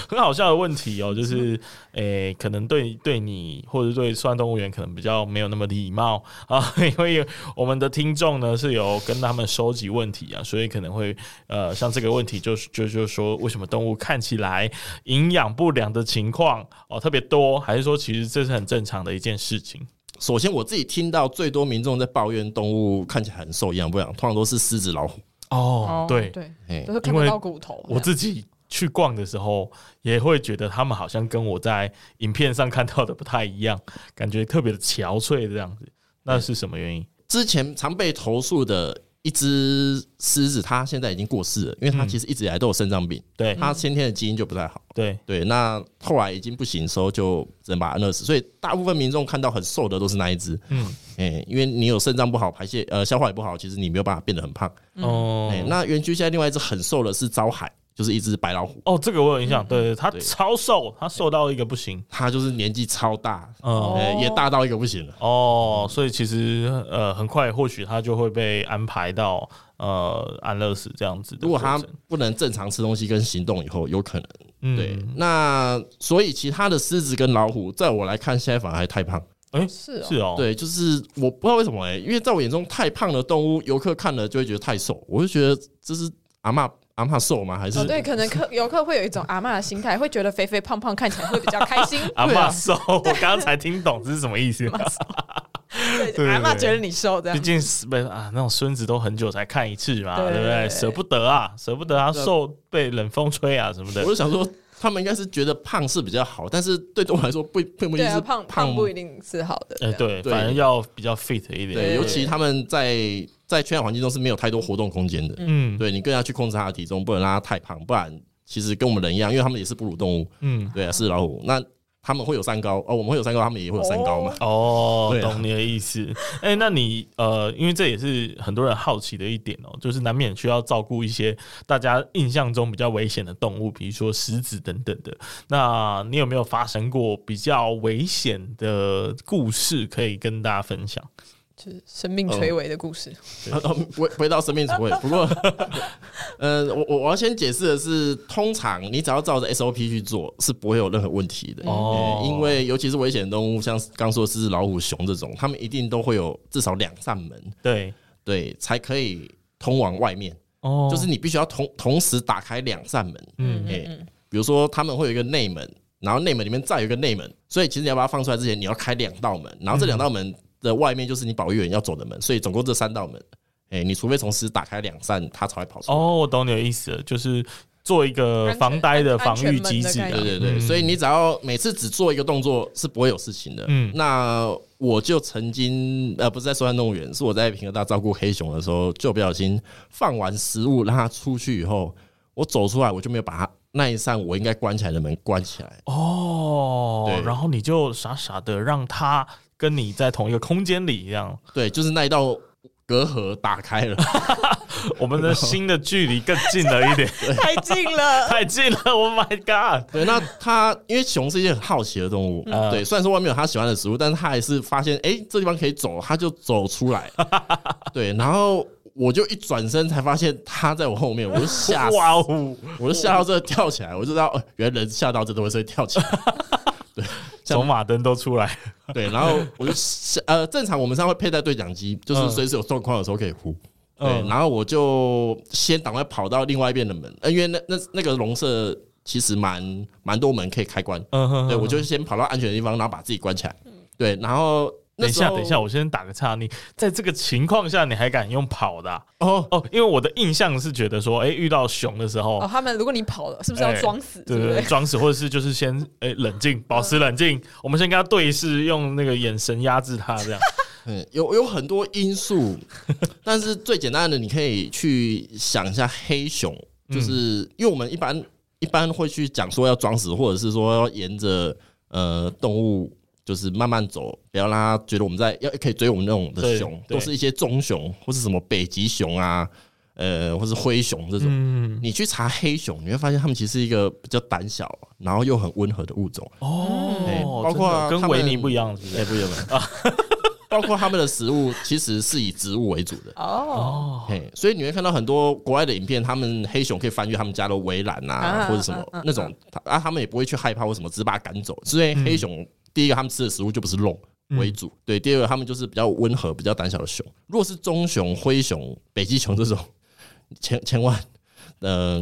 Speaker 2: 很好笑的问题哦，就是诶、可能对对你或者对算动物园可能比较没有那么礼貌 啊，因为我们的听众呢是有跟他们收集问题啊，所以可能会呃，像这个问题就是就就是说，为什么动物看起来营养不良的情况哦特别多，还是说其实这是很正常的一件事情？
Speaker 1: 首先我自己听到最多民众在抱怨动物看起来很瘦，营养不良，通常都是狮子、老虎。
Speaker 2: 哦对，
Speaker 3: 对，
Speaker 1: 哎、
Speaker 3: 都是
Speaker 2: 因
Speaker 3: 看不
Speaker 2: 为
Speaker 3: 到骨头。
Speaker 2: 我自己去逛的时候，也会觉得他们好像跟我在影片上看到的不太一样，感觉特别的憔悴这样子。那是什么原因？
Speaker 1: 之前常被投诉的一只狮子，它现在已经过世了，因为它其实一直以来都有肾脏病，
Speaker 2: 对
Speaker 1: 它先天的基因就不太好。
Speaker 2: 对，
Speaker 1: 对，那后来已经不行的时候，就只能把它饿死。所以大部分民众看到很瘦的都是那一只，
Speaker 2: 嗯，
Speaker 1: 哎、因为你有肾脏不好，排泄呃消化也不好，其实你没有办法变得很胖。
Speaker 2: 哦
Speaker 1: 哎、那园区现在另外一只很瘦的是招海，就是一只白老虎，
Speaker 2: 哦，这个我有印象，对对，他
Speaker 1: 嗯对
Speaker 2: 超瘦，他瘦到一个不行，
Speaker 1: 它就是年纪超大，
Speaker 2: 嗯。
Speaker 1: 哎、也大到一个不行了。
Speaker 2: 哦，所以其实呃，很快或许他就会被安排到呃安乐死这样子的
Speaker 1: 如
Speaker 2: 过
Speaker 1: 果
Speaker 2: 程。
Speaker 1: 它不能正常吃东西跟行动以后，有可能
Speaker 2: 嗯
Speaker 1: 对。那所以其他的狮子跟老虎，在我来看，现在反而还太胖。
Speaker 3: 是哦，
Speaker 2: 是哦，
Speaker 1: 对，就是我不知道为什么哎、因为在我眼中，太胖的动物游客看了就会觉得太瘦，我就觉得这是阿嬷阿嬷瘦吗？还是、
Speaker 3: 哦，对，可能客游客会有一种阿嬷的心态，会觉得肥肥胖胖看起来会比较开心。
Speaker 2: 阿
Speaker 1: 对
Speaker 2: 嬷
Speaker 1: 啊
Speaker 2: 瘦，我刚刚才听懂这是什么意思。
Speaker 3: 对
Speaker 2: 对
Speaker 3: 阿嬷
Speaker 2: 对
Speaker 3: 觉得你瘦这
Speaker 2: 毕
Speaker 3: 样。
Speaker 2: 竟是不是啊，那种孙子都很久才看一次嘛，
Speaker 3: 对
Speaker 2: 对不对？舍不得啊，舍不得啊，受被冷风吹啊什么的
Speaker 1: 我。就想说，他们应该是觉得胖是比较好，但是对动物来说不并不一
Speaker 3: 对
Speaker 1: 定
Speaker 3: 啊，
Speaker 1: 是
Speaker 3: 胖
Speaker 1: 胖
Speaker 3: 不一定是好的。
Speaker 2: 呃，对，
Speaker 1: 对
Speaker 2: 反正要比较 fit 一点。
Speaker 1: 对，尤其他们在在圈养环境中是没有太多活动空间的，
Speaker 2: 嗯
Speaker 1: 对你更要去控制它的体重，不能让它太胖，不然其实跟我们人一样，因为他们也是哺乳动物，
Speaker 2: 嗯，
Speaker 1: 对啊，是老虎那。他们会有三高，哦，我们会有三高，他们也会有三 高嘛。
Speaker 2: 哦，
Speaker 1: 对啊
Speaker 2: 懂你的意思。哎、那你呃，因为这也是很多人好奇的一点哦，就是难免需要照顾一些大家印象中比较危险的动物，比如说狮子等等的。那你有没有发生过比较危险的故事可以跟大家分享？
Speaker 3: 就是生命垂危的故事。
Speaker 2: 嗯
Speaker 1: 啊哦 回回到生命储位，不过， 呃，我我我要先解释的是，通常你只要照着 SOP 去做，是不会有任何问题的。
Speaker 2: 哦
Speaker 1: 呃因为尤其是危险的动物，像刚说的狮子、老虎、熊这种，它们一定都会有至少两扇门，
Speaker 2: 对，
Speaker 1: 对，才可以通往外面。
Speaker 2: 哦
Speaker 1: 就是你必须要同同时打开两扇门。
Speaker 2: 嗯
Speaker 1: 嗯，哎、比如说他们会有一个内门，然后内门里面再有一个内门，所以其实你要把它放出来之前，你要开两道门，然后这两道门的外面就是你保育员要走的门，所以总共这三道门。哎、你除非同时打开两扇，它才会跑出来。
Speaker 2: 哦，我懂你的意思了，就是做一个
Speaker 3: 安全
Speaker 2: 防呆的
Speaker 3: 安
Speaker 2: 防
Speaker 3: 全
Speaker 2: 御
Speaker 3: 门的
Speaker 2: 机制、啊
Speaker 3: 概。
Speaker 1: 对
Speaker 3: 念
Speaker 1: 对对，所以你只要每次只做一个动作是不会有事情的。
Speaker 2: 嗯
Speaker 1: 嗯，那我就曾经呃，不是在收山动物园，是我在平和大照顾黑熊的时候，就不小心放完食物让它出去以后，我走出来我就没有把它那一扇我应该关起来的门关起来。
Speaker 2: 哦
Speaker 1: 对，
Speaker 2: 然后你就傻傻的让他跟你在同一个空间里，这 样
Speaker 1: 对，就是那一道隔阂打开了。
Speaker 2: 我们的心的距离更近了 一点，
Speaker 3: 太近 了，
Speaker 2: 太近了！Oh my god！
Speaker 1: 对，那它因为熊是一些很好奇的动物，
Speaker 2: 嗯
Speaker 1: 对，虽然说外面有它喜欢的食物，但是它还是发现，哎、这地方可以走，它就走出来。对，然后我就一转身才发现它在我后面，我就吓死，
Speaker 2: 哇哦，
Speaker 1: 我就吓到这跳起来，我就知道，哦原来人吓到这东西会跳起来。
Speaker 2: 走马灯都出来，
Speaker 1: 对，然后我就吓呃，正常我们上会佩戴对讲机，就是随时有状况的时候可以呼。对，
Speaker 2: 嗯
Speaker 1: 然后我就先赶快跑到另外一边的门，呃因为那那那个笼舍其实蛮蛮多门可以开关，
Speaker 2: 嗯哼，
Speaker 1: 对我就先跑到安全的地方，然后把自己关起来。对，然后
Speaker 2: 等
Speaker 1: 那
Speaker 2: 一
Speaker 1: 时
Speaker 2: 下，
Speaker 1: 候
Speaker 2: 等一下，我先打个岔。你在这个情况下，你还敢用跑的啊、
Speaker 1: 哦，
Speaker 2: 哦，因为我的印象是觉得说，哎、遇到熊的时候，
Speaker 3: 哦，他们如果你跑了，是不是要
Speaker 2: 哎
Speaker 3: 装死？
Speaker 2: 对
Speaker 3: 对不
Speaker 2: 对对，
Speaker 3: 对？
Speaker 2: 装死或者是就是先哎、冷静，保持冷静。我们先跟他对视，用那个眼神压制他，这样。
Speaker 1: 嗯，有有很多 因素，但是最简单的，你可以去想一下黑熊，就是
Speaker 2: 嗯
Speaker 1: 因为我们一般一般会去讲说要装死，或者是说要沿着呃动物。就是慢慢走，不要让它觉得我们在要可以追我们那种
Speaker 2: 对
Speaker 1: 的熊，
Speaker 2: 对
Speaker 1: 都是一些棕熊或是什么北极熊啊，呃，或是灰熊这种。
Speaker 2: 嗯，
Speaker 1: 你去查黑熊，你会发现它们其实是一个比较胆小，然后又很温和的物种。哎
Speaker 2: 哦，
Speaker 1: 包括啊
Speaker 2: 真的
Speaker 1: 他
Speaker 2: 跟
Speaker 1: 们
Speaker 2: 维尼不一样，是哎不是？啊不一样
Speaker 1: 包括他们的食物其实是以植物为主的，
Speaker 3: 哦，
Speaker 2: 哦，
Speaker 1: 嘿，所以你会看到很多国外的影片，他们黑熊可以翻越他们家的围栏啊
Speaker 3: 啊，
Speaker 1: 或者什么
Speaker 3: 啊啊
Speaker 1: 那种，啊，他们也不会去害怕或什么，只是把它赶走。所以黑熊第一个他们吃的食物就不是肉
Speaker 3: 嗯
Speaker 1: 为主，对，第二个他们就是比较温和、比较胆小的熊。如果是棕熊、灰熊、北极熊这种，千千万，呃，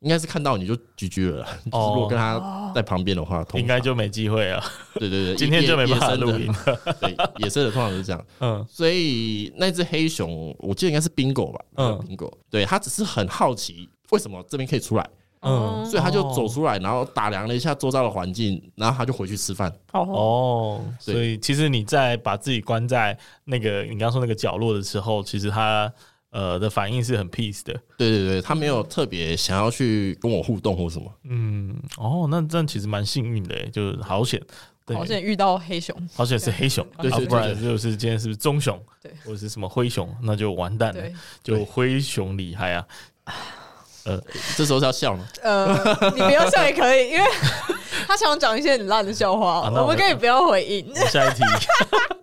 Speaker 1: 应该是看到你就居居了啦。
Speaker 3: 哦
Speaker 1: 就是如果跟他在旁边的话，通
Speaker 2: 应该
Speaker 1: 常
Speaker 2: 就没机会啊了。
Speaker 1: 对对对，
Speaker 2: 今天
Speaker 1: 野
Speaker 2: 就没办法
Speaker 1: 野生的
Speaker 2: 录音
Speaker 1: 对，野生的通常是这样。
Speaker 2: 嗯，
Speaker 1: 所以那只黑熊，我记得应该是 Bingo 吧，
Speaker 2: 嗯
Speaker 1: 嗯，Bingo，对他只是很好奇为什么这边可以出来，
Speaker 2: 嗯
Speaker 1: 所以他就走出来，然后打量了一下周遭的环境，然后他就回去吃饭。
Speaker 3: 哦，
Speaker 2: 哦，
Speaker 1: 对
Speaker 2: 所以其实你在把自己关在那个你刚刚说那个角落的时候，其实他呃的反应是很 peace 的。
Speaker 1: 对对对，他没有特别想要去跟我互动或 什么。
Speaker 2: 嗯，哦，那这样其实蛮幸运的欸，就是好险，对
Speaker 3: 好像遇到黑熊，
Speaker 2: 好险是黑熊，
Speaker 1: 对
Speaker 2: 啊
Speaker 1: 对对
Speaker 2: 不然就是今天是不是棕熊，
Speaker 3: 对
Speaker 2: 或者是什么灰熊，那就完蛋了
Speaker 3: 对，，
Speaker 2: 就灰熊厉害啊！
Speaker 1: 这时候是要笑吗？
Speaker 3: 呃，你不要笑也可以，因为 他常常讲一些很烂的笑话，
Speaker 2: 啊那我
Speaker 3: 我们可以不要回应。
Speaker 2: 我下一题，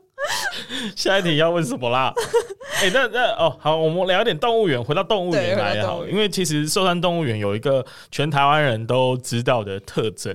Speaker 2: 下一题要问什么啦？哎、那那哦，好，我们聊一点动物园，回到动物园
Speaker 3: 对
Speaker 2: 来啊
Speaker 3: 回到动
Speaker 2: 好
Speaker 3: 物
Speaker 2: 了，
Speaker 3: 园
Speaker 2: 因为其实寿山动物园有一个全台湾人都知道的特征，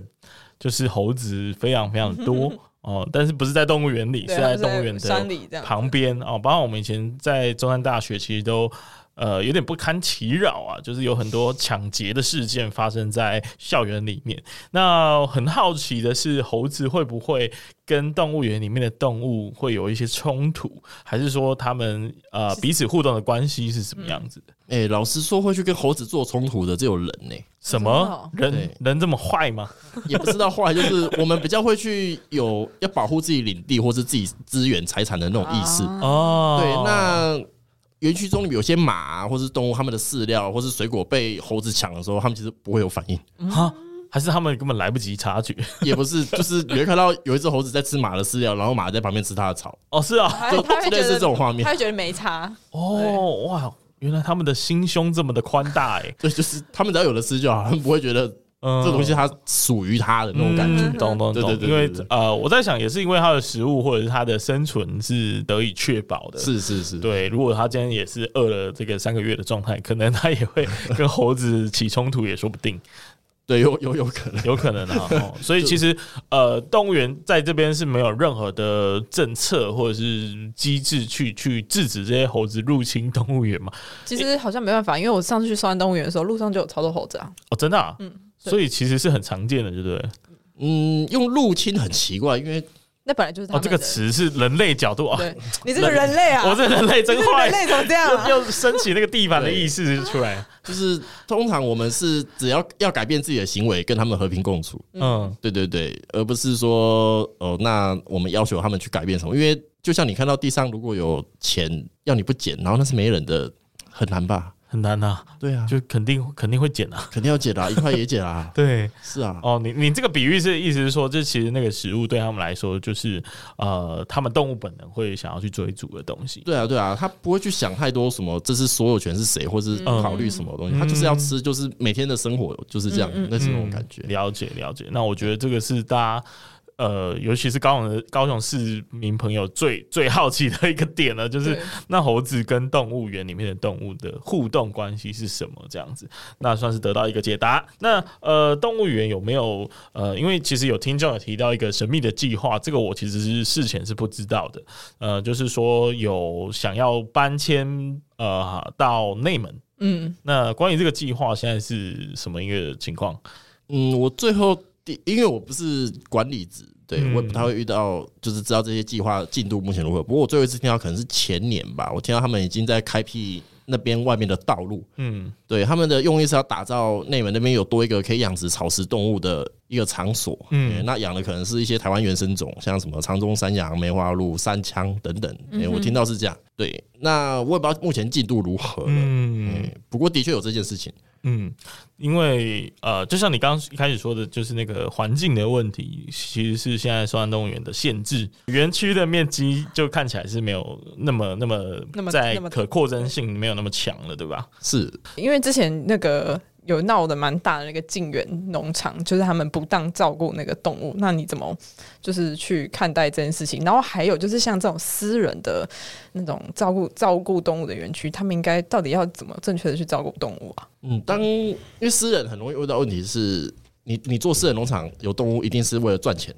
Speaker 2: 就是猴子非常非常 多。哦，但是不是在动物园里，是
Speaker 3: 对
Speaker 2: 在
Speaker 3: 他
Speaker 2: 动物园的
Speaker 3: 山里这样，
Speaker 2: 旁边哦，包括我们以前在中山大学，其实都呃有点不堪其扰啊，就是有很多抢劫的事件发生在校园里面。那很好奇的是，猴子会不会跟动物园里面的动物会有一些冲突，还是说他们呃彼此互动的关系是什么样子的？
Speaker 1: 哎、老实说，会去跟猴子做冲突的只有人呢、
Speaker 2: 什
Speaker 3: 真
Speaker 2: 么
Speaker 3: 的哦
Speaker 2: 人
Speaker 1: 对
Speaker 2: 人这么坏吗？
Speaker 1: 也不知道后来就是我们比较会去有要保护自己领地或是自己资源财产的那种意识。
Speaker 2: 哦，
Speaker 1: 对，那园区中有些马、 啊、或是动物，它们的饲料或是水果被猴子抢的时候，它们其实不会有反应。
Speaker 2: 啊还是他们根本来不及察觉？
Speaker 1: 也不是，就是你会看到有一只猴子在吃马的饲料，然后马在旁边吃它的草，
Speaker 2: 哦，是啊，
Speaker 3: 他
Speaker 1: 就
Speaker 3: 他会觉
Speaker 1: 类似
Speaker 3: 得
Speaker 1: 这种画面
Speaker 3: 他会觉得没差。
Speaker 2: 哦，哇，原来他们的心胸这么的宽大哎、
Speaker 1: 对，就是他们只要有的吃就好，他们不会觉得
Speaker 2: 嗯，
Speaker 1: 这东西它属于它的那种感觉。
Speaker 2: 嗯懂懂
Speaker 1: 对
Speaker 2: 懂
Speaker 1: 对，对
Speaker 2: 因为
Speaker 1: 对对
Speaker 2: 呃，我在想也是因为它的食物或者是它的生存是得以确保的，
Speaker 1: 是是是，
Speaker 2: 对，如果他今天也是饿了这个三个月的状态，可能他也会跟猴子起冲突，也说不定，
Speaker 1: 对，有有有可能。
Speaker 2: 有可能 啊。哦、所以其实呃，动物园在这边是没有任何的政策或者是机制去去制止这些猴子入侵动物园嘛？
Speaker 3: 其实好像没办法，因为我上次去松山动物园的时候，路上就有超多猴子啊。
Speaker 2: 哦，真的、啊，
Speaker 3: 嗯对
Speaker 2: 所以其实是很常见的，对不对？
Speaker 1: 嗯，用入侵很奇怪，因为
Speaker 3: 那本来就是
Speaker 2: 哦，
Speaker 3: 他们
Speaker 2: 这
Speaker 3: 的。
Speaker 2: 个词是人类角度啊，
Speaker 3: 对，你这个人类啊，
Speaker 2: 我这人类真
Speaker 3: 你这个
Speaker 2: 坏
Speaker 3: 人，类怎么 这样啊
Speaker 2: 又？又升起那个地板的意识出来，
Speaker 1: 就是通常我们是只要要改变自己的行为，跟他们和平共处。
Speaker 2: 嗯，
Speaker 1: 对对对，而不是说哦，那我们要求他们去改变什么？因为就像你看到地上如果有钱要你不捡，然后那是没人的，很难吧？
Speaker 2: 很难啊，
Speaker 1: 对啊，就
Speaker 2: 就肯定肯定会减啊，。
Speaker 1: 肯定要捡啦，一块也捡啦
Speaker 2: 对。
Speaker 1: 是啊，
Speaker 2: 哦，你你这个比喻是意思是说，这其实那个食物对他们来说，就是呃，他们动物本能会想要去追逐的东西。
Speaker 1: 对啊，对啊，他不会去想太多什么，这是所有权是谁，或是
Speaker 2: 嗯
Speaker 1: 考虑什么东西，他就是要吃，就是每天的生活就是这样，那是那种感觉。
Speaker 2: 嗯了解了解。那我觉得这个是大家呃，尤其是高雄的高雄市民朋友最最好奇的一个点 了，就是
Speaker 3: 对
Speaker 2: 那猴子跟动物园里面的动物的互动关系是什么？这样子，那算是得到一个解答。那呃，动物园有没有呃，因为其实有听众有提到一个神秘的计划，这个我其实是事前是不知道的。呃，就是说有想要搬迁呃到内门。
Speaker 3: 嗯，
Speaker 2: 那关于这个计划，现在是什么一个情况？
Speaker 1: 嗯，我最后第，因为我不是管理职，对、
Speaker 2: 嗯
Speaker 1: 我也不太会遇到，就是知道这些计划进度目前如何。不过我最后一次听到可能是前年吧，我听到他们已经在开辟那边外面的道路，
Speaker 2: 嗯
Speaker 1: 对他们的用意是要打造内门那边有多一个可以养殖草食动物的一个场所。
Speaker 2: 嗯
Speaker 1: 嗯，那养的可能是一些台湾原生种，像什么长中山羊、梅花鹿、山枪等等。
Speaker 2: 嗯
Speaker 1: 哎、我听到是这样。对，那我也不知道目前进度如何了。
Speaker 2: 嗯
Speaker 1: 嗯，不过的确有这件事情。
Speaker 2: 嗯，因为呃，就像你刚刚一开始说的，就是那个环境的问题，其实是现在双安动物园的限制，园区的面积就看起来是没有那么那么
Speaker 3: 那么
Speaker 2: 在
Speaker 3: 那么
Speaker 2: 可扩增性没有那么强了，对吧？
Speaker 1: 是，
Speaker 3: 因为之前那个有闹得蛮大的那个晋园农场，就是他们不当照顾那个动物，那你怎么就是去看待这件事情？然后还有就是像这种私人的那种照顾照顾动物的园区，他们应该到底要怎么正确的去照顾动物啊？
Speaker 1: 嗯，当因为私人很容易遇到问题是，你你做私人农场有动物，一定是为了赚钱，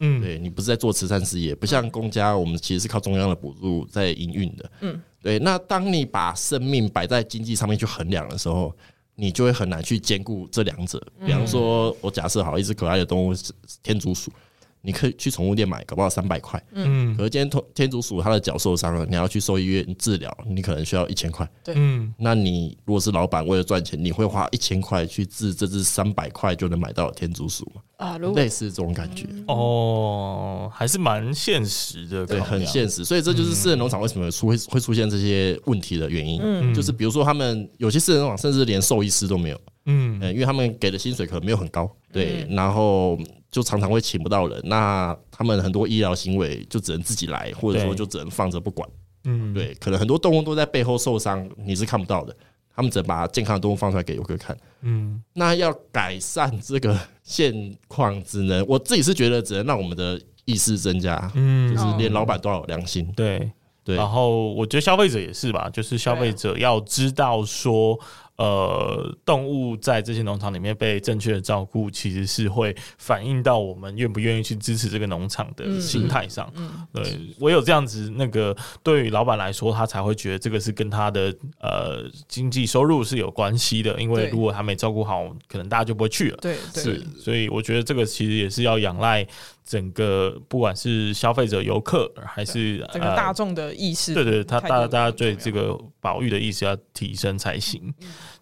Speaker 2: 嗯，
Speaker 1: 对你不是在做慈善事业，不像公家，我们其实是靠中央的补助在营运的。嗯，对。那当你把生命摆在经济上面去衡量的时候，你就会很难去兼顾这两者。比方说，我假设好一只可爱的动物是天竺鼠，你可以去宠物店买，搞不好三百块。
Speaker 2: 嗯
Speaker 1: 可是今天天天竺鼠它的脚受伤了，你要去兽医院治疗，你可能需要一千块。
Speaker 2: 嗯
Speaker 1: 那你如果是老板为了赚钱，你会花一千块去治这只三百块就能买到的天竺鼠吗？
Speaker 3: 啊，如果嗯
Speaker 1: 类似这种感觉，
Speaker 2: 哦，还是蛮现实的，
Speaker 1: 对，
Speaker 2: 考量
Speaker 1: 很现实。所以这
Speaker 2: 嗯
Speaker 1: 就是私人农场为什么出会会出现这些问题的原因。
Speaker 3: 嗯
Speaker 1: 就是比如说他们有些私人农场甚至连兽医师都没有，
Speaker 2: 嗯
Speaker 1: 嗯，因为他们给的薪水可能没有很高，对，
Speaker 3: 嗯
Speaker 1: 然后就常常会请不到人。那他们很多医疗行为就只能自己来，或者说
Speaker 2: 对
Speaker 1: 就只能放着不管。
Speaker 2: 嗯，
Speaker 1: 对，可能很多动物都在背后受伤，你是看不到的。他们只能把健康的动物放出来给游客看。
Speaker 2: 嗯
Speaker 1: 那要改善这个现况，只能我自己是觉得只能让我们的意识增加，
Speaker 2: 嗯，
Speaker 1: 就是连老板都要有良心。
Speaker 2: 对。
Speaker 1: 对，
Speaker 2: 然后我觉得消费者也是吧，就是消费者要知道说，呃，动物在这些农场里面被正确的照顾，其实是会反映到我们愿不愿意去支持这个农场
Speaker 3: 嗯
Speaker 2: 的心态上。对，唯有这样子，那个对于老板来说，他才会觉得这个是跟他的呃经济收入是有关系的，因为
Speaker 3: 对嗯
Speaker 2: 如果他没照顾好，可能大家就不会去了。
Speaker 3: 对对
Speaker 2: 是，所以我觉得这个其实也是要仰赖整个，不管是消费者、游客，还是
Speaker 3: 整个
Speaker 2: 呃
Speaker 3: 大众的意识，
Speaker 2: 对对，他
Speaker 3: 态
Speaker 2: 大家
Speaker 3: 度
Speaker 2: 大家
Speaker 3: 很重
Speaker 2: 对
Speaker 3: 要嗯
Speaker 2: 这个保育的意识要提升才行，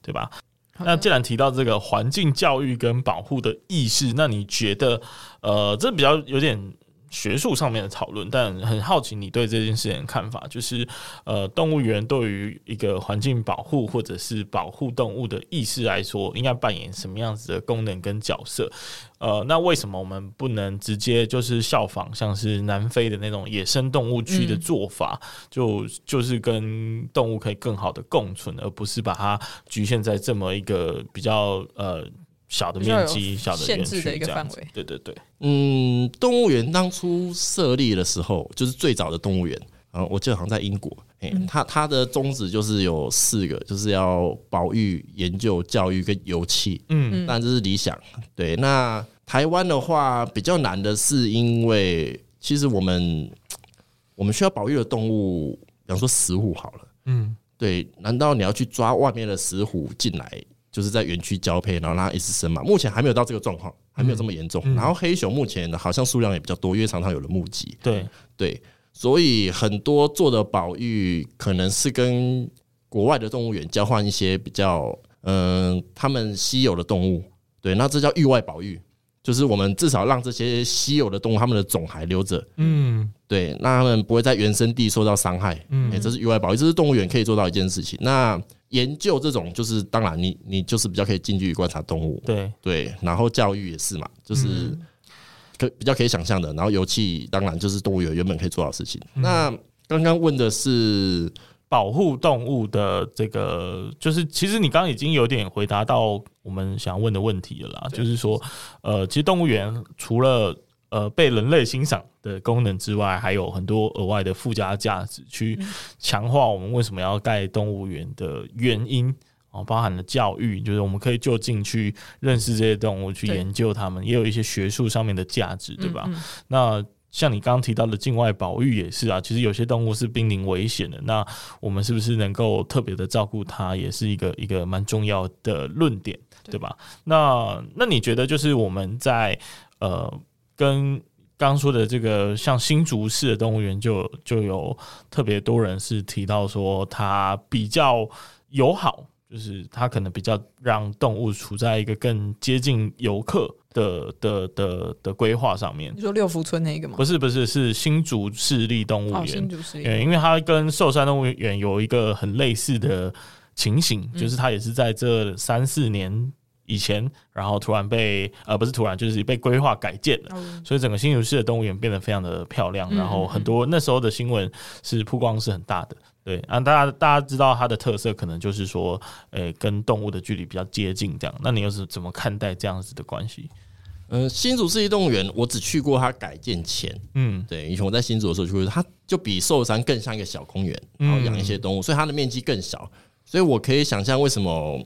Speaker 2: 对吧？
Speaker 3: 好的
Speaker 2: 那既然提到这个环境教育跟保护的意识，那你觉得呃，这比较有点学术上面的讨论，但很好奇你对这件事情的看法，就是呃，动物园对于一个环境保护或者是保护动物的意识来说，应该扮演什么样子的功能跟角色？呃，那为什么我们不能直接就是效仿像是南非的那种野生动物区的做法，就就是跟动物可以更好的共存，而不是把它局限在这么一个比较呃小的
Speaker 3: 比较
Speaker 2: 面
Speaker 3: 有
Speaker 2: 积、小的
Speaker 3: 限
Speaker 2: 园
Speaker 3: 制的
Speaker 2: 区
Speaker 3: 一个
Speaker 2: 这样
Speaker 3: 范
Speaker 2: 子
Speaker 3: 围
Speaker 2: 对对对，
Speaker 1: 嗯，动物园当初设立的时候，就是最早的动物园，啊，我记得好像在英国，哎、它它的宗旨就是有四个，就是要保育、研究、教育跟游憩，
Speaker 2: 嗯
Speaker 1: 嗯，但这是理想。对，那台湾的话比较难的是，因为其实我们我们需要保育的动物，比方说食虎好了，
Speaker 2: 嗯，
Speaker 1: 对，难道你要去抓外面的石虎进来，就是在园区交配，然后让它一直生嘛？目前还没有到这个状况，还没有这么严重。然后黑熊目前好像数量也比较多，因为常常有人目击。
Speaker 2: 对，
Speaker 1: 对，所以很多做的保育可能是跟国外的动物园交换一些比较，嗯、他们稀有的动物。对，那这叫域外保育，就是我们至少让这些稀有的动物它们的种还留着，
Speaker 2: 嗯
Speaker 1: 对，那他们不会在原生地受到伤害。嗯、这是域外保育，这是动物园可以做到一件事情。那研究这种，就是当然你你就是比较可以近距离观察动物，
Speaker 2: 对，
Speaker 1: 对，然后教育也是嘛，就是可比较可以想象的。然后油气当然就是动物园原本可以做到的事情。那刚刚问的是，
Speaker 2: 保护动物的这个，就是其实你刚刚已经有点回答到我们想问的问题了啦，就是说，呃，其实动物园除了呃被人类欣赏的功能之外，还有很多额外的附加价值，去
Speaker 3: 嗯
Speaker 2: 强化我们为什么要盖动物园的原因。哦，包含了教育，就是我们可以就近去认识这些动物，去
Speaker 3: 对
Speaker 2: 研究它们，也有一些学术上面的价值，对吧？
Speaker 3: 嗯嗯
Speaker 2: 那像你刚刚提到的境外保育也是啊，其实有些动物是濒临危险的，那我们是不是能够特别的照顾它，也是一个一个蛮重要的论点，对吧？那那你觉得就是我们在呃跟刚刚说的这个像新竹市的动物园就就有特别多人是提到说它比较友好，就是它可能比较让动物处在一个更接近游客的的的的规划上面
Speaker 3: 你。说六福村那一个吗？
Speaker 2: 不是不是是新竹市立动物
Speaker 3: 哦，
Speaker 2: 园
Speaker 3: 新，竹市
Speaker 2: 对，因为它跟寿山动物园有一个很类似的情形，
Speaker 3: 嗯
Speaker 2: 就是它也是在这三四年以前，然后突然被呃不是突然，就是被规划改建了。
Speaker 3: 哦
Speaker 2: 所以整个新竹市的动物园变得非常的漂亮，
Speaker 3: 嗯
Speaker 2: 然后很多那时候的新闻是曝光是很大的，对啊，大家大家知道它的特色可能就是说，诶、跟动物的距离比较接近这样。那你又是怎么看待这样子的关系？
Speaker 1: 嗯、新竹市立动物园，我只去过它改建前，
Speaker 2: 嗯
Speaker 1: 对，以前我在新竹的时候就会，它就比寿山更像一个小公园，
Speaker 2: 嗯
Speaker 1: 然后养一些动物，所以它的面积更小，所以我可以想象为什么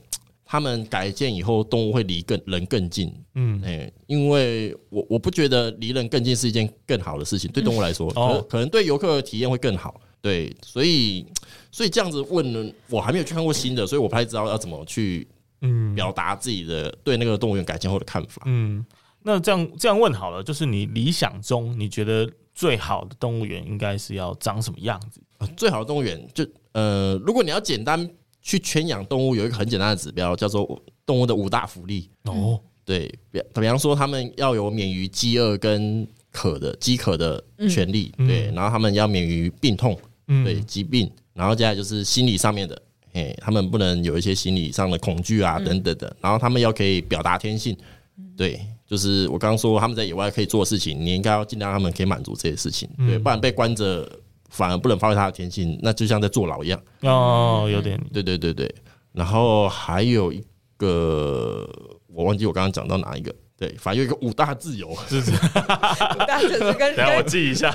Speaker 1: 他们改建以后动物会离更人更近，
Speaker 2: 嗯
Speaker 1: 嗯，哎、因为我我不觉得离人更近是一件更好的事情，对动物来说，
Speaker 2: 哦
Speaker 1: 可可能对游客的体验会更好，对，所以所以这样子问，我还没有去看过新的，所以我不太知道要怎么去
Speaker 2: 嗯
Speaker 1: 表达自己的对那个动物园改建后的看法。
Speaker 2: 嗯，那这样这样问好了，就是你理想中你觉得最好的动物园应该是要长什么样子？
Speaker 1: 最好的动物园就呃，如果你要简单去圈养动物，有一个很简单的指标叫做动物的五大福利。
Speaker 3: 嗯
Speaker 2: 哦，
Speaker 1: 对，比比方说他们要有免于饥饿跟渴的饥渴的权利，
Speaker 2: 嗯
Speaker 1: 对，然后他们要免于病痛，
Speaker 2: 嗯
Speaker 1: 对，疾病，然后接下来就是心理上面的。哎，他们不能有一些心理上的恐惧啊，等等的。然后他们要可以表达天性，对，就是我刚刚说他们在野外可以做的事情，你应该要尽量让他们可以满足这些事情，
Speaker 2: 嗯
Speaker 1: 对，不然被关着反而不能发挥他的天性，那就像在坐牢一样。
Speaker 3: 嗯
Speaker 2: 哦，有点
Speaker 1: 对对对对，然后还有一个我忘记我刚刚讲到哪一个，对，反正有一个五大 自由，
Speaker 3: 但是是
Speaker 2: 等
Speaker 3: 跟
Speaker 2: 一下我
Speaker 3: 跟
Speaker 2: 记一 下，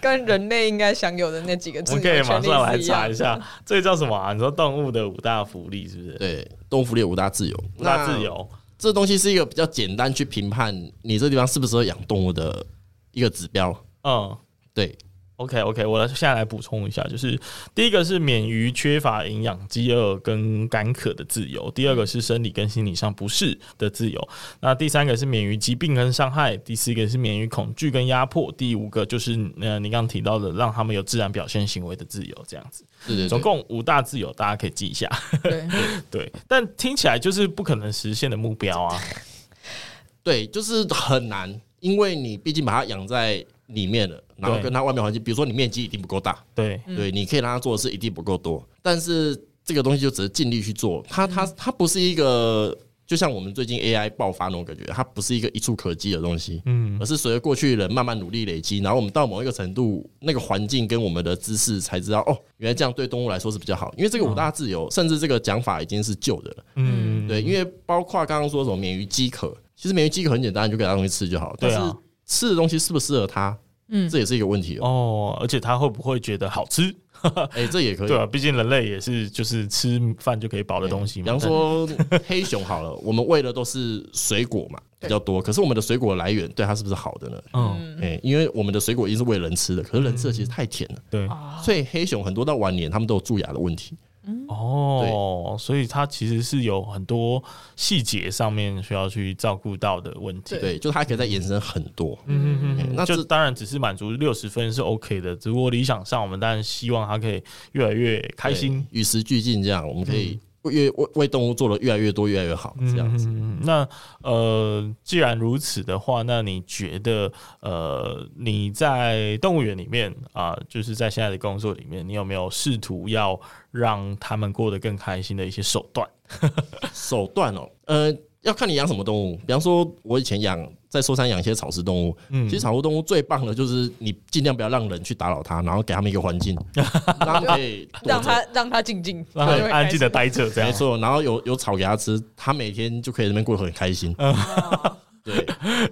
Speaker 3: 跟人类应该享有的那几个
Speaker 2: 我
Speaker 3: 自
Speaker 2: 们
Speaker 3: 由
Speaker 2: 可以马
Speaker 3: 权利
Speaker 2: 上来
Speaker 3: 是一
Speaker 2: 查
Speaker 3: 样
Speaker 2: 一
Speaker 3: 的。
Speaker 2: 下，这个叫什么啊？你说动物的五大福利是不是？
Speaker 1: 对，动物福利有五大自由，
Speaker 2: 五大自，由，
Speaker 1: 这东西是一个比较简单去评判你这地方适不适合养动物的一个指标，
Speaker 2: 嗯。
Speaker 1: 对，
Speaker 2: OK OK，我来现在来补充一下，就是第一个是免于缺乏营养、饥饿跟干渴的自由；第二
Speaker 1: 嗯
Speaker 2: 个是生理跟心理上不适的自由；那第三个是免于疾病跟伤害；第四个是免于恐惧跟压迫；第五个就是呃你刚刚提到的，让他们有自然表现行为的自由，这样子。
Speaker 1: 对对
Speaker 2: 总
Speaker 1: 对，
Speaker 2: 共五大自由，大家可以记一下。
Speaker 3: 对，
Speaker 2: 对，但听起来就是不可能实现的目标啊。
Speaker 1: 对，就是很难，因为你毕竟把它养在里面了，然后
Speaker 2: 对
Speaker 1: 跟它外面环境，比如说你面积一定不够大，
Speaker 2: 对
Speaker 1: 对，你可以让它做的事一定不够多，但是这个东西就只是尽力去做，它
Speaker 2: 嗯
Speaker 1: 它它不是一个。就像我们最近 AI 爆发那种感觉，它不是一个一触可及的东西，嗯，而是随着过去人慢慢努力累积，然后我们到某一个程度，那个环境跟我们的知识才知道，哦，原来这样对动物来说是比较好，因为这个五大自由，甚至这个讲法已经是旧的了，
Speaker 2: 嗯，
Speaker 1: 对，因为包括刚刚说什么免于饥渴，其实免于饥渴很简单，你就给它东西吃就好。但
Speaker 2: 对
Speaker 1: 是
Speaker 2: 啊
Speaker 1: 吃的东西适不适合它，
Speaker 3: 嗯
Speaker 1: 这也是一个问题哦。
Speaker 2: 哦，而且他会不会觉得好吃？
Speaker 1: 哎，这也可以
Speaker 2: 对。啊，毕竟人类也是就是吃饭就可以饱的东西
Speaker 1: 比
Speaker 2: 嘛。
Speaker 1: 方说黑熊好了， 我们喂的都是水果嘛，比较多。可是我们的水果来源对它是不是好的呢？
Speaker 2: 但，嗯，
Speaker 1: 哎，因为我们的水果一定是喂人吃的，可是人吃的其实太甜了，
Speaker 2: 对，
Speaker 1: 所以黑熊很多到晚年它们都有蛀牙的问题。
Speaker 2: 哦，所以它其实是有很多细节上面需要去照顾到的问题。
Speaker 1: 对，就它可以再延伸很多。
Speaker 2: 嗯嗯
Speaker 1: 哎
Speaker 2: 嗯，
Speaker 1: 那
Speaker 2: 就
Speaker 1: 这
Speaker 2: 当然只是满足六十分是 OK 的，只不过理想上我们当然希望它可以越来越开心。
Speaker 1: 哎对与时俱进，这样我们可以越为为动物做的越来越多，越来越好，这样子。
Speaker 2: 嗯，那呃，既然如此的话，那你觉得呃，你在动物园里面啊、就是在现在的工作里面，你有没有试图要让他们过得更开心的一些手段？
Speaker 1: 手段哦，呃，要看你养什么动物。比方说，我以前养在寿山养一些草食动物，其实草食动物最棒的就是你尽量不要让人去打扰它，然后给它们一个环境，让它们可以躲着
Speaker 3: 让他让他静静，
Speaker 2: 让他
Speaker 3: 就
Speaker 2: 们
Speaker 3: 会
Speaker 2: 安静的
Speaker 3: 开
Speaker 2: 待着，这样
Speaker 1: 没。错，然后有有草给它吃，它每天就可以在那边过得很开心。对，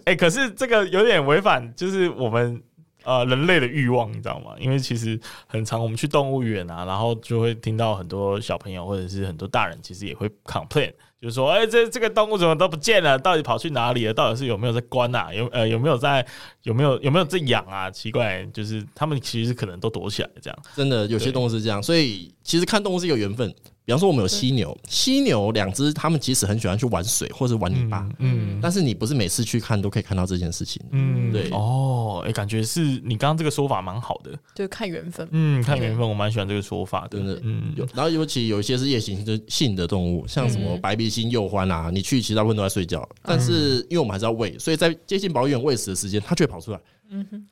Speaker 2: 哎、可是这个有点违反，就是我们呃人类的欲望，你知道吗？因为其实很常我们去动物园啊，然后就会听到很多小朋友或者是很多大人，其实也会 complain，就是说，哎、这这个动物怎么都不见了？到底跑去哪里了？到底是有没有在关啊？有呃有没有在有没有有没有在养啊？奇怪，就是他们其实可能都躲起来这样。
Speaker 1: 真的有些动物是这样，所以其实看动物是一个缘分。比方说，我们有犀牛，犀牛两只，它们其实很喜欢去玩水或者玩泥巴，
Speaker 2: 嗯
Speaker 1: 但是你不是每次去看都可以看到这件事情。
Speaker 2: 嗯
Speaker 1: 对
Speaker 2: 哦，哎、感觉是你刚刚这个说法蛮好的。
Speaker 3: 就看缘分。
Speaker 2: 嗯，看缘分，我蛮喜欢这个说法的
Speaker 1: 真的。
Speaker 2: 嗯，
Speaker 1: 有，然后尤其有一些是夜行性性的动物，像什
Speaker 3: 嗯
Speaker 1: 么白鼻星鼬獾啊，你去其实大部分都在睡觉，但是因为我们还是要喂，所以在接近保育园喂食的时间，它就会跑出来。哎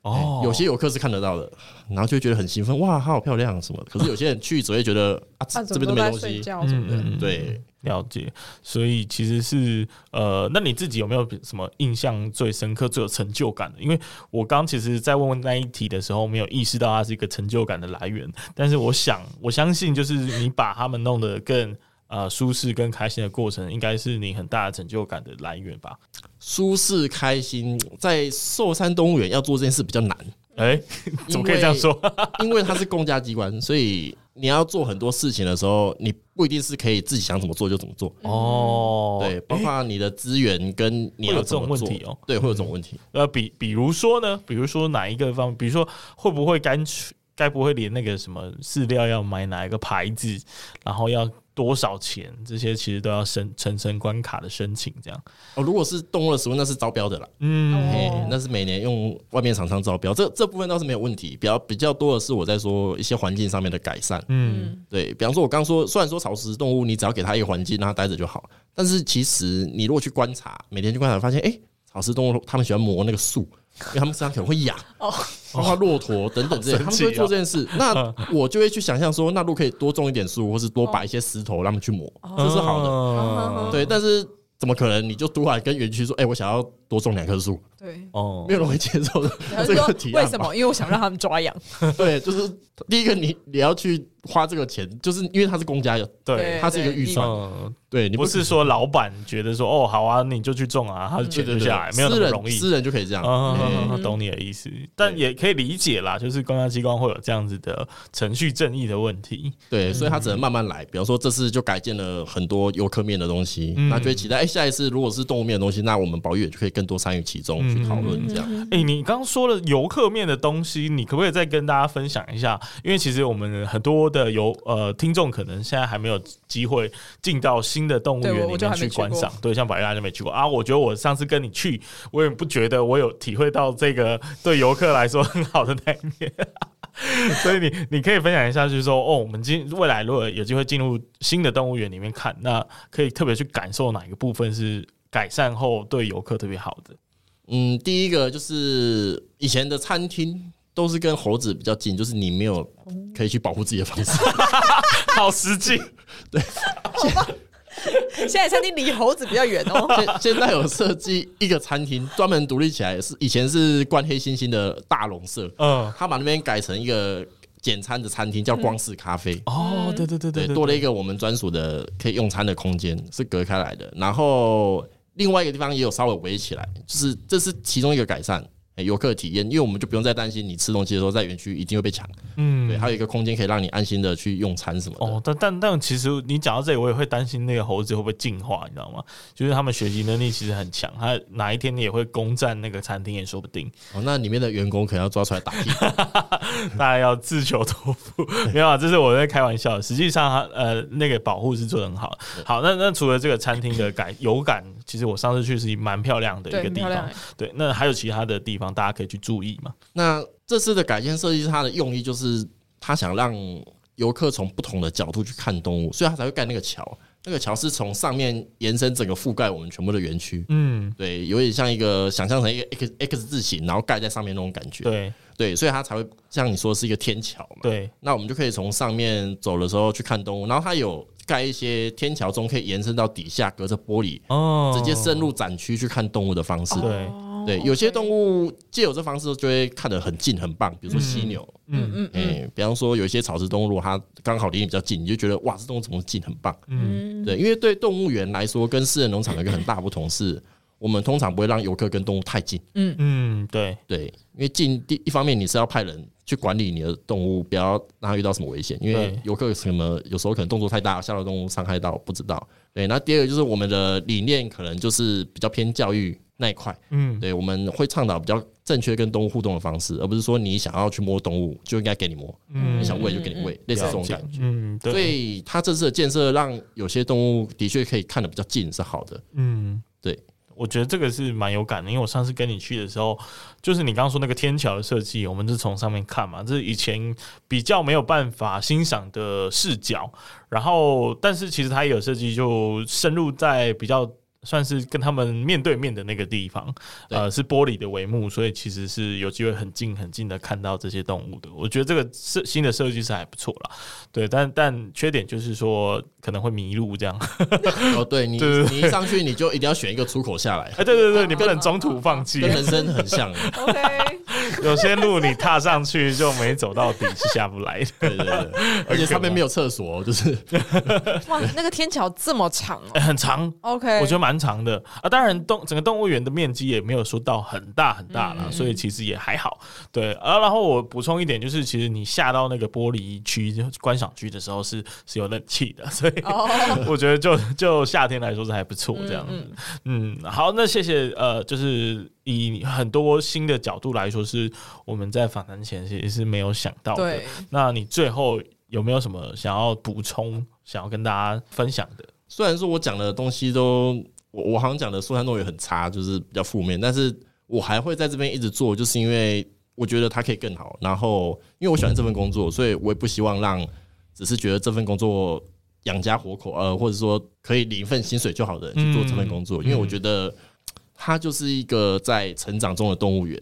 Speaker 2: 哦，
Speaker 1: 有些游客是看得到的，然后就会觉得很兴奋，哇，它好漂亮啊什么的。可是有些人去只会觉得啊，
Speaker 3: 啊，
Speaker 1: 这这
Speaker 3: 怎么都
Speaker 1: 边都没
Speaker 3: 在
Speaker 1: 东
Speaker 3: 睡
Speaker 1: 西。
Speaker 3: 觉什么的？
Speaker 2: 嗯
Speaker 1: 对，
Speaker 2: 了解，所以其实是呃，那你自己有没有什么印象最深刻、最有成就感的？因为我刚其实，在问问那一题的时候，没有意识到它是一个成就感的来源，但是我想， 我相信就是你把他们弄得更呃舒适、更开心的过程，应该是你很大的成就感的来源吧？
Speaker 1: 舒适开心，在寿山动物园要做这件事比较难，
Speaker 2: 哎、怎么可以这样说？
Speaker 1: 因为它是公家机关，所以你要做很多事情的时候，你不一定是可以自己想怎么做就怎么做。
Speaker 3: 嗯
Speaker 2: 哦，
Speaker 1: 对，包括你的资源跟
Speaker 2: 会
Speaker 1: 你
Speaker 2: 有
Speaker 1: 要
Speaker 2: 这
Speaker 1: 怎么
Speaker 2: 种问
Speaker 1: 做
Speaker 2: 题哦
Speaker 1: 对，会有这种问题。
Speaker 2: 呃，比比如说呢，比如说哪一个方，比如说会不会干脆，该不会连那个什么饲料要买哪一个牌子，然后要多少钱，这些其实都要申层层关卡的申请，这样。
Speaker 1: 哦，如果是动物的食物，那是招标的啦，
Speaker 2: 嗯，
Speaker 1: 嘿
Speaker 3: 哦，
Speaker 1: 那是每年用外面厂商招标，这这部分倒是没有问题。比较比较多的是我在说一些环境上面的改善，
Speaker 2: 嗯，
Speaker 1: 对比方说，我刚说虽然说草食动物，你只要给它一个环境让它待着就好，但是其实你如果去观察，每天去观察，发现哎、诶草食动物它们喜欢磨那个树，因为它们身上可能会 痒，
Speaker 3: 哦
Speaker 1: 包括骆驼等等这些，
Speaker 2: 好
Speaker 1: 它
Speaker 2: 神
Speaker 1: 们
Speaker 2: 奇
Speaker 1: 就
Speaker 2: 哦
Speaker 1: 会做这件 事。那我就会去想象说，那如果可以多种一点树，或是多摆一些石头让它们去磨，这是好的。
Speaker 2: 的
Speaker 1: 对，但是怎么可能？你就突然跟园区说，哎、我想要多种两棵树，
Speaker 3: 对，
Speaker 2: 哦
Speaker 1: 没，有人会接受的
Speaker 3: 然后
Speaker 1: 这
Speaker 3: 就
Speaker 1: 个
Speaker 3: 说
Speaker 1: 提案。
Speaker 3: 为什？么？因为我想让他们抓痒。
Speaker 1: 对，就是第一个你，你要去花这个钱，就是因为它是公家的，
Speaker 2: 对，
Speaker 1: 它是一个预算，
Speaker 2: 嗯，
Speaker 1: 对你哦
Speaker 2: 不是说老板觉得说哦好啊，你就去种啊，他就
Speaker 1: 对
Speaker 2: 钱
Speaker 1: 对
Speaker 2: 就
Speaker 1: 对，
Speaker 2: 下来，没有那
Speaker 1: 私
Speaker 2: 么
Speaker 1: 人
Speaker 2: 容易。
Speaker 1: 私人就可以这样。
Speaker 2: 啊
Speaker 1: 哎，
Speaker 2: 懂你的意思，但也可以理解啦，就是公家机关会有这样子的程序正义的问题。
Speaker 1: 对，所以他只能慢慢来。比方说，这次就改建了很多游客面的东西，
Speaker 2: 嗯
Speaker 1: 那就会期待，哎，下一次如果是动物面的东西，那我们保育也就可以更多参与其中去讨论这样。
Speaker 2: 哎、你刚刚说了游客面的东西，你可不可以再跟大家分享一下？因为其实我们很多的游呃听众可能现在还没有机会进到新的动物
Speaker 3: 对
Speaker 2: 园
Speaker 3: 我
Speaker 2: 里
Speaker 3: 我就
Speaker 2: 面
Speaker 3: 还没
Speaker 2: 去
Speaker 3: 去过
Speaker 2: 观赏，对，像百大就没去过啊。我觉得我上次跟你去，我也不觉得我有体会到这个对游客来说很好的那一面。 所以你你可以分享一下，就是说哦，我们今未来如果有机会进入新的动物园里面看，那可以特别去感受哪一个部分是改善后对游客特别好的？
Speaker 1: 嗯，第一个就是以前的餐厅都是跟猴子比较近，就是你没有可以去保护自己的方式。
Speaker 2: 好实际，
Speaker 3: 现在餐厅离猴子比较远哦。
Speaker 1: 现现在有设计一个餐厅专门独立起来，是以前是关黑猩猩的大笼舍，
Speaker 2: 嗯，
Speaker 1: 他把那边改成一个简餐的餐厅，叫光式咖啡。
Speaker 2: 哦，对对对
Speaker 1: 对，
Speaker 2: 对，
Speaker 1: 多了一
Speaker 2: 个
Speaker 1: 个我们专属的可以用餐的空间，是隔开来的。然后另外一个地方也有稍微围起来，就是这是其中一个改善。哎游客体验，因为我们就不用再担心你吃东西的时候在园区一定会被抢，
Speaker 2: 嗯
Speaker 1: 对，还有一个空间可以让你安心的去用餐什么的。
Speaker 2: 哦，但但但其实你讲到这里，我也会担心那个猴子会不会进化，你知道吗？ 就是他们学习能力其实很强，它哪一天也会攻占那个餐厅也说不 定。
Speaker 1: 哦，那里面的员工可能要抓出来打屁股。
Speaker 2: 大家要自求多福， 没有啊，这是我在开玩笑的。实际上它，呃，那个保护是做的很好的。好，那那除了这个餐厅的改有感，其实我上次去是蛮漂亮的一
Speaker 3: 对，
Speaker 2: 个地
Speaker 3: 漂亮
Speaker 2: 方。。对，那还有其他的地方大家可以去注意嘛？
Speaker 1: 那这次的改建设计，它的用意就是他想让游客从不同的角度去看动物，所以他才会盖那个桥。那个桥是从上面延伸，整个覆盖我们全部的园区。
Speaker 2: 嗯，
Speaker 1: 对，有点像一个想象成一个 X X 字形，然后盖在上面那种感觉。
Speaker 2: 对
Speaker 1: 对所以它才会像你说是一个天桥嘛。
Speaker 2: 对，
Speaker 1: 那我们就可以从上面走的时候去看动物，然后它有盖一些天桥中可以延伸到底下，隔着玻璃
Speaker 2: 哦，
Speaker 1: 直接深入展区去看动物的方式。
Speaker 2: 对，
Speaker 1: 对，有些动物借由这方式就会看得很近很棒，比如说犀牛，
Speaker 3: 嗯嗯
Speaker 1: 哎、
Speaker 3: 嗯
Speaker 1: 比方说有一些草食动物，如果它刚好离你比较近，你就觉得哇，这动物怎么近，很棒。
Speaker 2: 嗯，
Speaker 3: 嗯，
Speaker 1: 对，因为对动物园来说，跟私人农场有一个很大不同是，我们通常不会让游客跟动物太近。
Speaker 2: 嗯，对，
Speaker 1: 对，因为近第一方面你是要派人去管理你的动物，不要让它遇到什么危险，因为
Speaker 2: 对
Speaker 1: 游客什么有时候可能动作太大，吓到动物伤害到不知道。对，那第二个就是我们的理念可能就是比较偏教育那一块，
Speaker 2: 嗯，
Speaker 1: 对，我们会倡导比较正确跟动物互动的方式，而不是说你想要去摸动物就应该给你摸，
Speaker 2: 嗯
Speaker 1: 你想喂就给你喂，类似这种感觉。
Speaker 2: 嗯，
Speaker 1: 所
Speaker 2: 对，
Speaker 1: 以它这次的建设让有些动物的确可以看得比较近是好的，
Speaker 2: 嗯，
Speaker 1: 对。
Speaker 2: 我觉得这个是蛮有感的，因为我上次跟你去的时候，就是你刚刚说那个天桥的设计，我们是从上面看嘛，这是以前比较没有办法欣赏的视角。然后，但是其实它也有设计，就深入在比较算是跟他们面对面的那个地方，
Speaker 1: 对
Speaker 2: 呃，是玻璃的帷幕，所以其实是有机会很近很近的看到这些动物的。我觉得这个设新的设计是还不错啦，对，但但缺点就是说可能会迷路这样。
Speaker 1: 哦，对 你，
Speaker 2: 对对
Speaker 1: 你一上去你就一定要选一个出 口下来
Speaker 2: 哎、，对对对，你不能中途放弃
Speaker 1: 跟。人生很 像。啊
Speaker 3: OK，
Speaker 2: 有些路你踏上去就没走到底是下不来的。
Speaker 1: 对对对， 而且上面没有厕所哦，就是
Speaker 3: 哇，那个天桥这么长哦
Speaker 2: 哎 很长，
Speaker 3: ，OK，
Speaker 2: 我觉得蛮长的啊。当然动整个动物园的面积也没有说到很大很大啦，所以其实也还好。对啊，然后我补充一点，就是其实你下到那个玻璃区就是观赏区的时候是是有冷气的， 所以
Speaker 3: 哦，
Speaker 2: 我觉得就就夏天来说是还不错这样子。嗯，好，那谢谢呃，就是以很多新的角度来说，是我们在访谈前其实是没有想到的
Speaker 3: 对。
Speaker 2: 那你最后有没有什么想要补充、想要跟大家分享的？
Speaker 1: 虽然说我讲的东西都，我我好像讲的苏珊诺也很差，就是比较负面，但是我还会在这边一直做，就是因为我觉得它可以更好。然后因为我喜欢这份工作，所以我也不希望让只是觉得这份工作养家活口，呃，或者说可以领一份薪水就好的人去做这份工作，
Speaker 2: 嗯
Speaker 1: 因为我觉得它就是一个在成长中的动物园。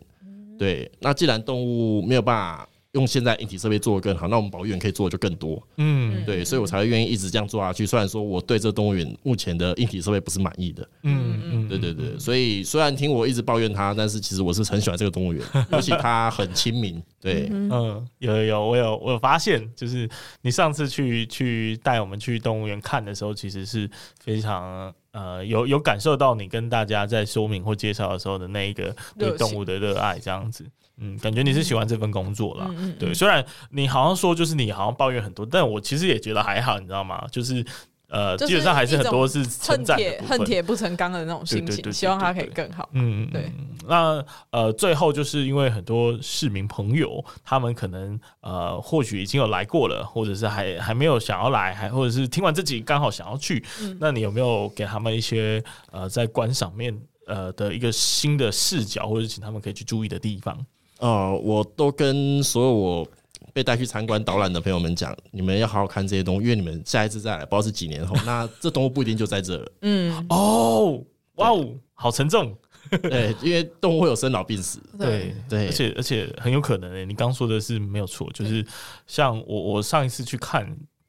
Speaker 1: 对，那既然动物没有办法用现在硬体设备做得更好，那我们保育员可以做的就更多。
Speaker 2: 嗯
Speaker 1: 对，所以我才会愿意一直这样做下去。虽然说我对这动物园目前的硬体设备不是满意的，
Speaker 2: 嗯嗯，
Speaker 1: 对对对，所以虽然听我一直抱怨它，但是其实我是很喜欢这个动物园，尤其它很亲民。对，
Speaker 2: 嗯，有有有，我有我有发现，就是你上次去去带我们去动物园看的时候，其实是非常呃有有感受到你跟大家在说明或介绍的时候的那一个对
Speaker 3: 热情
Speaker 2: 动物的热爱，这样子。嗯，感觉你是喜欢这份工作啦。
Speaker 3: 嗯嗯
Speaker 2: 对，虽然你好像说就是你好像抱怨很多，但我其实也觉得还好，你知道吗？就是呃，
Speaker 3: 就是
Speaker 2: 基本上还是很多是
Speaker 3: 恨
Speaker 2: 称赞的
Speaker 3: 铁
Speaker 2: 部分
Speaker 3: 恨铁不成钢的那种心
Speaker 2: 对对对
Speaker 3: 情，
Speaker 2: 对
Speaker 3: 希望它可
Speaker 2: 对
Speaker 3: 以更好。
Speaker 2: 嗯，
Speaker 3: 对
Speaker 2: 嗯。那呃，最后就是因为很多市民朋友，他们可能呃，或许已经有来过了，或者是还还没有想要来，还或者是听完这集刚好想要去，
Speaker 3: 嗯
Speaker 2: 那你有没有给他们一些呃，在观赏面呃的一个新的视角，或者请他们可以去注意的地方？
Speaker 1: 呃，我都跟所有我被带去参观导览的朋友们讲，你们要好好看这些东西，因为你们下一次再来，不知道是几年后，那这动物不一定就在这了。
Speaker 3: 嗯，
Speaker 2: 哦，哇哦，好沉重。
Speaker 1: 对，因为动物会有生老病死，
Speaker 2: 对
Speaker 1: 对
Speaker 2: 而且而且很有可能诶、欸你刚说的是没有错，就是像我我上一次去看，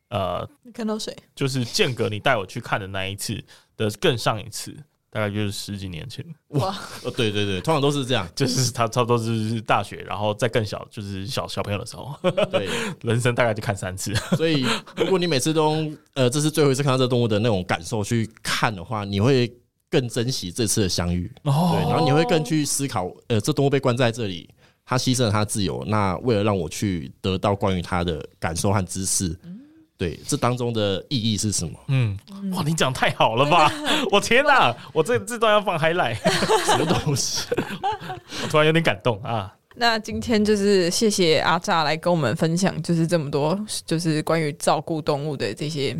Speaker 2: 呃，
Speaker 3: 你看到谁？
Speaker 2: 就是间隔你带我去看的那一次的更上一次，大概就是十几年前，
Speaker 1: 呃，对对对，通常都是这样，
Speaker 2: 就是 他差不多就是大学，然后再更小，就是小小朋友的时候，
Speaker 1: 对，
Speaker 2: 人生大概就看三次。
Speaker 1: 所以如果你每次都用呃这是最后一次看到这动物的那种感受去看的话，你会更珍惜这次的相遇，
Speaker 3: 哦
Speaker 2: 哦
Speaker 1: 对，然后你会更去思考，呃，这动物被关在这里，它牺牲了它自由，那为了让我去得到关于它的感受和知识，
Speaker 3: 嗯
Speaker 1: 对，这当中的意义是什么？
Speaker 2: 嗯，哇，你讲太好了 吧！我天哪、我这这段要放 highlight，
Speaker 1: 什么东西？
Speaker 2: 我突然有点感动啊！
Speaker 3: 那今天就是谢谢阿炸来跟我们分享，就是这么多，就是关于照顾动物的这些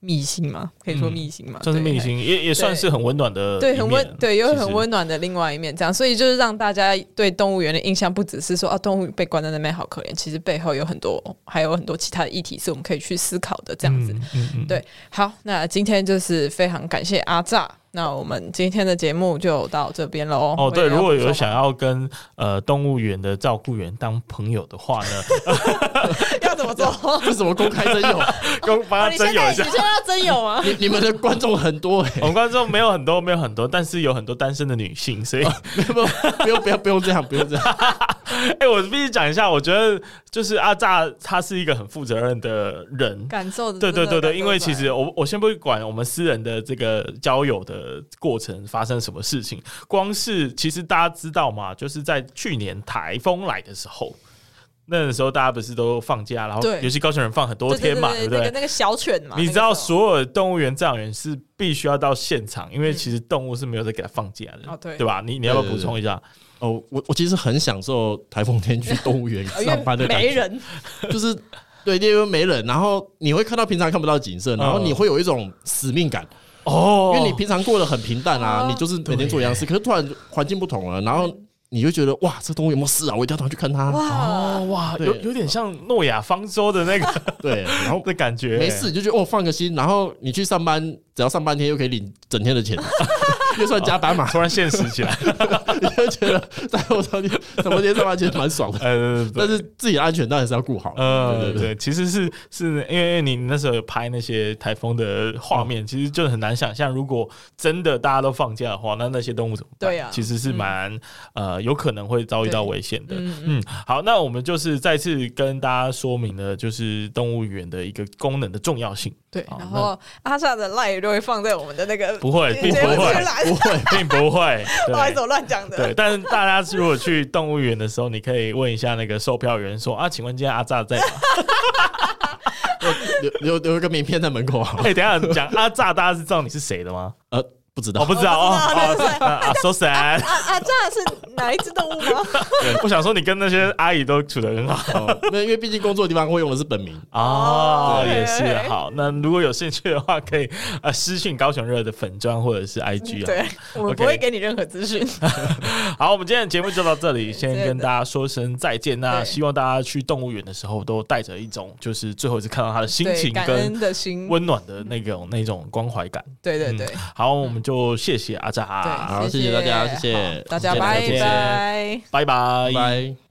Speaker 3: 秘辛嘛，可以说秘辛嘛，
Speaker 2: 嗯算是
Speaker 3: 对
Speaker 2: 秘。辛，也也算是很温暖的一面，
Speaker 3: 对，很温，对，有
Speaker 2: 其实
Speaker 3: 很温暖的另外一面，这样，所以就是让大家对动物园的印象不只是说啊，动物被关在那边好可怜，其实背后有很多，还有很多其他的议题是我们可以去思考的，这样子。
Speaker 2: 嗯嗯嗯
Speaker 3: 对，好，那今天就是非常感谢阿炸，那我们今天的节目就到这边喽。
Speaker 2: 哦，对，
Speaker 3: 我也要
Speaker 2: 如果
Speaker 3: 补充
Speaker 2: 有
Speaker 3: 吗
Speaker 2: 想要跟呃动物园的照顾员当朋友的话 呢，
Speaker 3: 要怎么做？
Speaker 1: 这是什么公开征友？
Speaker 2: 跟帮
Speaker 3: 哦你
Speaker 2: 他征
Speaker 3: 现在
Speaker 2: 友一
Speaker 3: 你
Speaker 2: 下
Speaker 3: 现。在要真有吗？
Speaker 1: 你你们的观众很多哎、
Speaker 3: 哦
Speaker 2: 我们观众没有很多，没有很多，但是有很多单身的女性，所以，
Speaker 3: 哦
Speaker 2: 哎、
Speaker 1: 不不用不用不用这样，不用这样。
Speaker 2: 我必须讲一下，我觉得就是阿炸，他是一个很负责任的人，
Speaker 3: 感受的，
Speaker 2: 对对对
Speaker 3: 真的感受出来
Speaker 2: 对，因为其实我我先不管我们私人的这个交友的过程发生什么事情，光是其实大家知道嘛，就是在去年台风来的时候。那时候大家不是都放假，然后
Speaker 3: 对
Speaker 2: 尤其高雄人放很多
Speaker 3: 对对
Speaker 2: 天嘛，
Speaker 3: 对
Speaker 2: 不
Speaker 3: 那个那个小犬嘛，
Speaker 2: 你知道
Speaker 3: 那个时候
Speaker 2: 所有动物园饲养员是必须要到现场，因为其实动物是没有在给它放假的，
Speaker 3: 哦对
Speaker 2: 吧？你你要不要
Speaker 1: 对对
Speaker 2: 补充一下？
Speaker 1: 哦，我我其实很享受台风天去动物园
Speaker 3: 呃
Speaker 1: 上班的
Speaker 3: 因为
Speaker 1: 感
Speaker 3: 没
Speaker 1: 觉，
Speaker 3: 人，
Speaker 1: 就是对，因为没人，然后你会看到平常看不到景色，然后你会有一种使命感，
Speaker 2: 哦
Speaker 1: 因为你平常过得很平淡啊，
Speaker 3: 哦
Speaker 1: 你就是每天做一样事，可是突然环境不同了，然后你就觉得哇，这动物有没有事啊？我一定要赶快去看它。
Speaker 2: 哦
Speaker 3: 哇，
Speaker 2: 哇，
Speaker 1: 对
Speaker 2: 有有点像诺亚方舟的那个
Speaker 1: 对，然后
Speaker 2: 的感觉，
Speaker 1: 没事，你就觉得哦，放个心，然后你去上班，只要上半天又可以领整天的钱， 就算加班嘛，
Speaker 2: 突然现实起 来，
Speaker 1: 你就觉得在我上面什么天上班其实蛮爽的。
Speaker 2: 呃，
Speaker 1: 但是自己的安全当然是要顾好。
Speaker 2: 呃，
Speaker 1: 对对
Speaker 2: 对，其实是是因为你那时候有拍那些台风的
Speaker 3: 嗯
Speaker 2: 画面，其实就很难想象，如果真的大家都放假的话，那那些动物怎么办？
Speaker 3: 对啊
Speaker 2: 其实是蛮、呃有可能会遭遇到危险的。
Speaker 3: 嗯
Speaker 2: 嗯，好，那我们就是再次跟大家说明了，就是动物园的一个功能的重要性。
Speaker 3: 对，
Speaker 2: 好
Speaker 3: 然后阿萨的赖就会放在我们的那个
Speaker 2: 不会
Speaker 3: 节
Speaker 2: 并
Speaker 3: 目
Speaker 2: 不
Speaker 3: 资
Speaker 2: 会
Speaker 3: 栏
Speaker 1: 不会，
Speaker 2: 并不 会，
Speaker 3: 不好意
Speaker 2: 对
Speaker 3: 思，我乱讲的，
Speaker 2: 对，但是大家如果去动物园的时候，你可以问一下那个售票员说啊，请问今天阿炸在吗？
Speaker 1: 留留留一个名片在门口啊
Speaker 2: 哎、。等一下讲阿炸，大家是知道你是谁的吗？
Speaker 1: 呃，不知
Speaker 2: 我
Speaker 1: 道，
Speaker 2: 不知道
Speaker 3: 我
Speaker 2: 哦，
Speaker 3: 不知道对
Speaker 2: 哦啊啊，so sad。
Speaker 3: 啊啊，这是哪一只动物 吗？
Speaker 2: 我想说，你跟那些阿姨都处得很好
Speaker 1: 哦那因为毕竟工作的地方会用的是本名。
Speaker 2: 哦，
Speaker 3: 对
Speaker 2: 也是好。那如果有兴趣的话，可以呃私信高雄热的粉砖或者是 IG 啊。
Speaker 3: 对，我们
Speaker 2: OK
Speaker 3: 不会给你任何资讯。
Speaker 2: 好，我们今天的节目就到这里，
Speaker 3: 对
Speaker 2: 先
Speaker 3: 对
Speaker 2: 跟大家说声再见。那
Speaker 3: 对
Speaker 2: 希望大家去动物园的时候，都带着一种就是最后一次看到他的心
Speaker 3: 对，
Speaker 2: 情
Speaker 3: 感
Speaker 2: 跟
Speaker 3: 恩的心，
Speaker 2: 温暖的那种那种关怀感。
Speaker 3: 对对对
Speaker 2: 嗯，好，我们就谢谢阿扎，
Speaker 3: 对
Speaker 1: 好，谢
Speaker 3: 谢
Speaker 1: 谢大家，谢谢
Speaker 3: 好大家，
Speaker 1: 谢谢
Speaker 3: 拜
Speaker 1: 再见
Speaker 3: 拜。
Speaker 2: 拜拜
Speaker 1: 拜拜。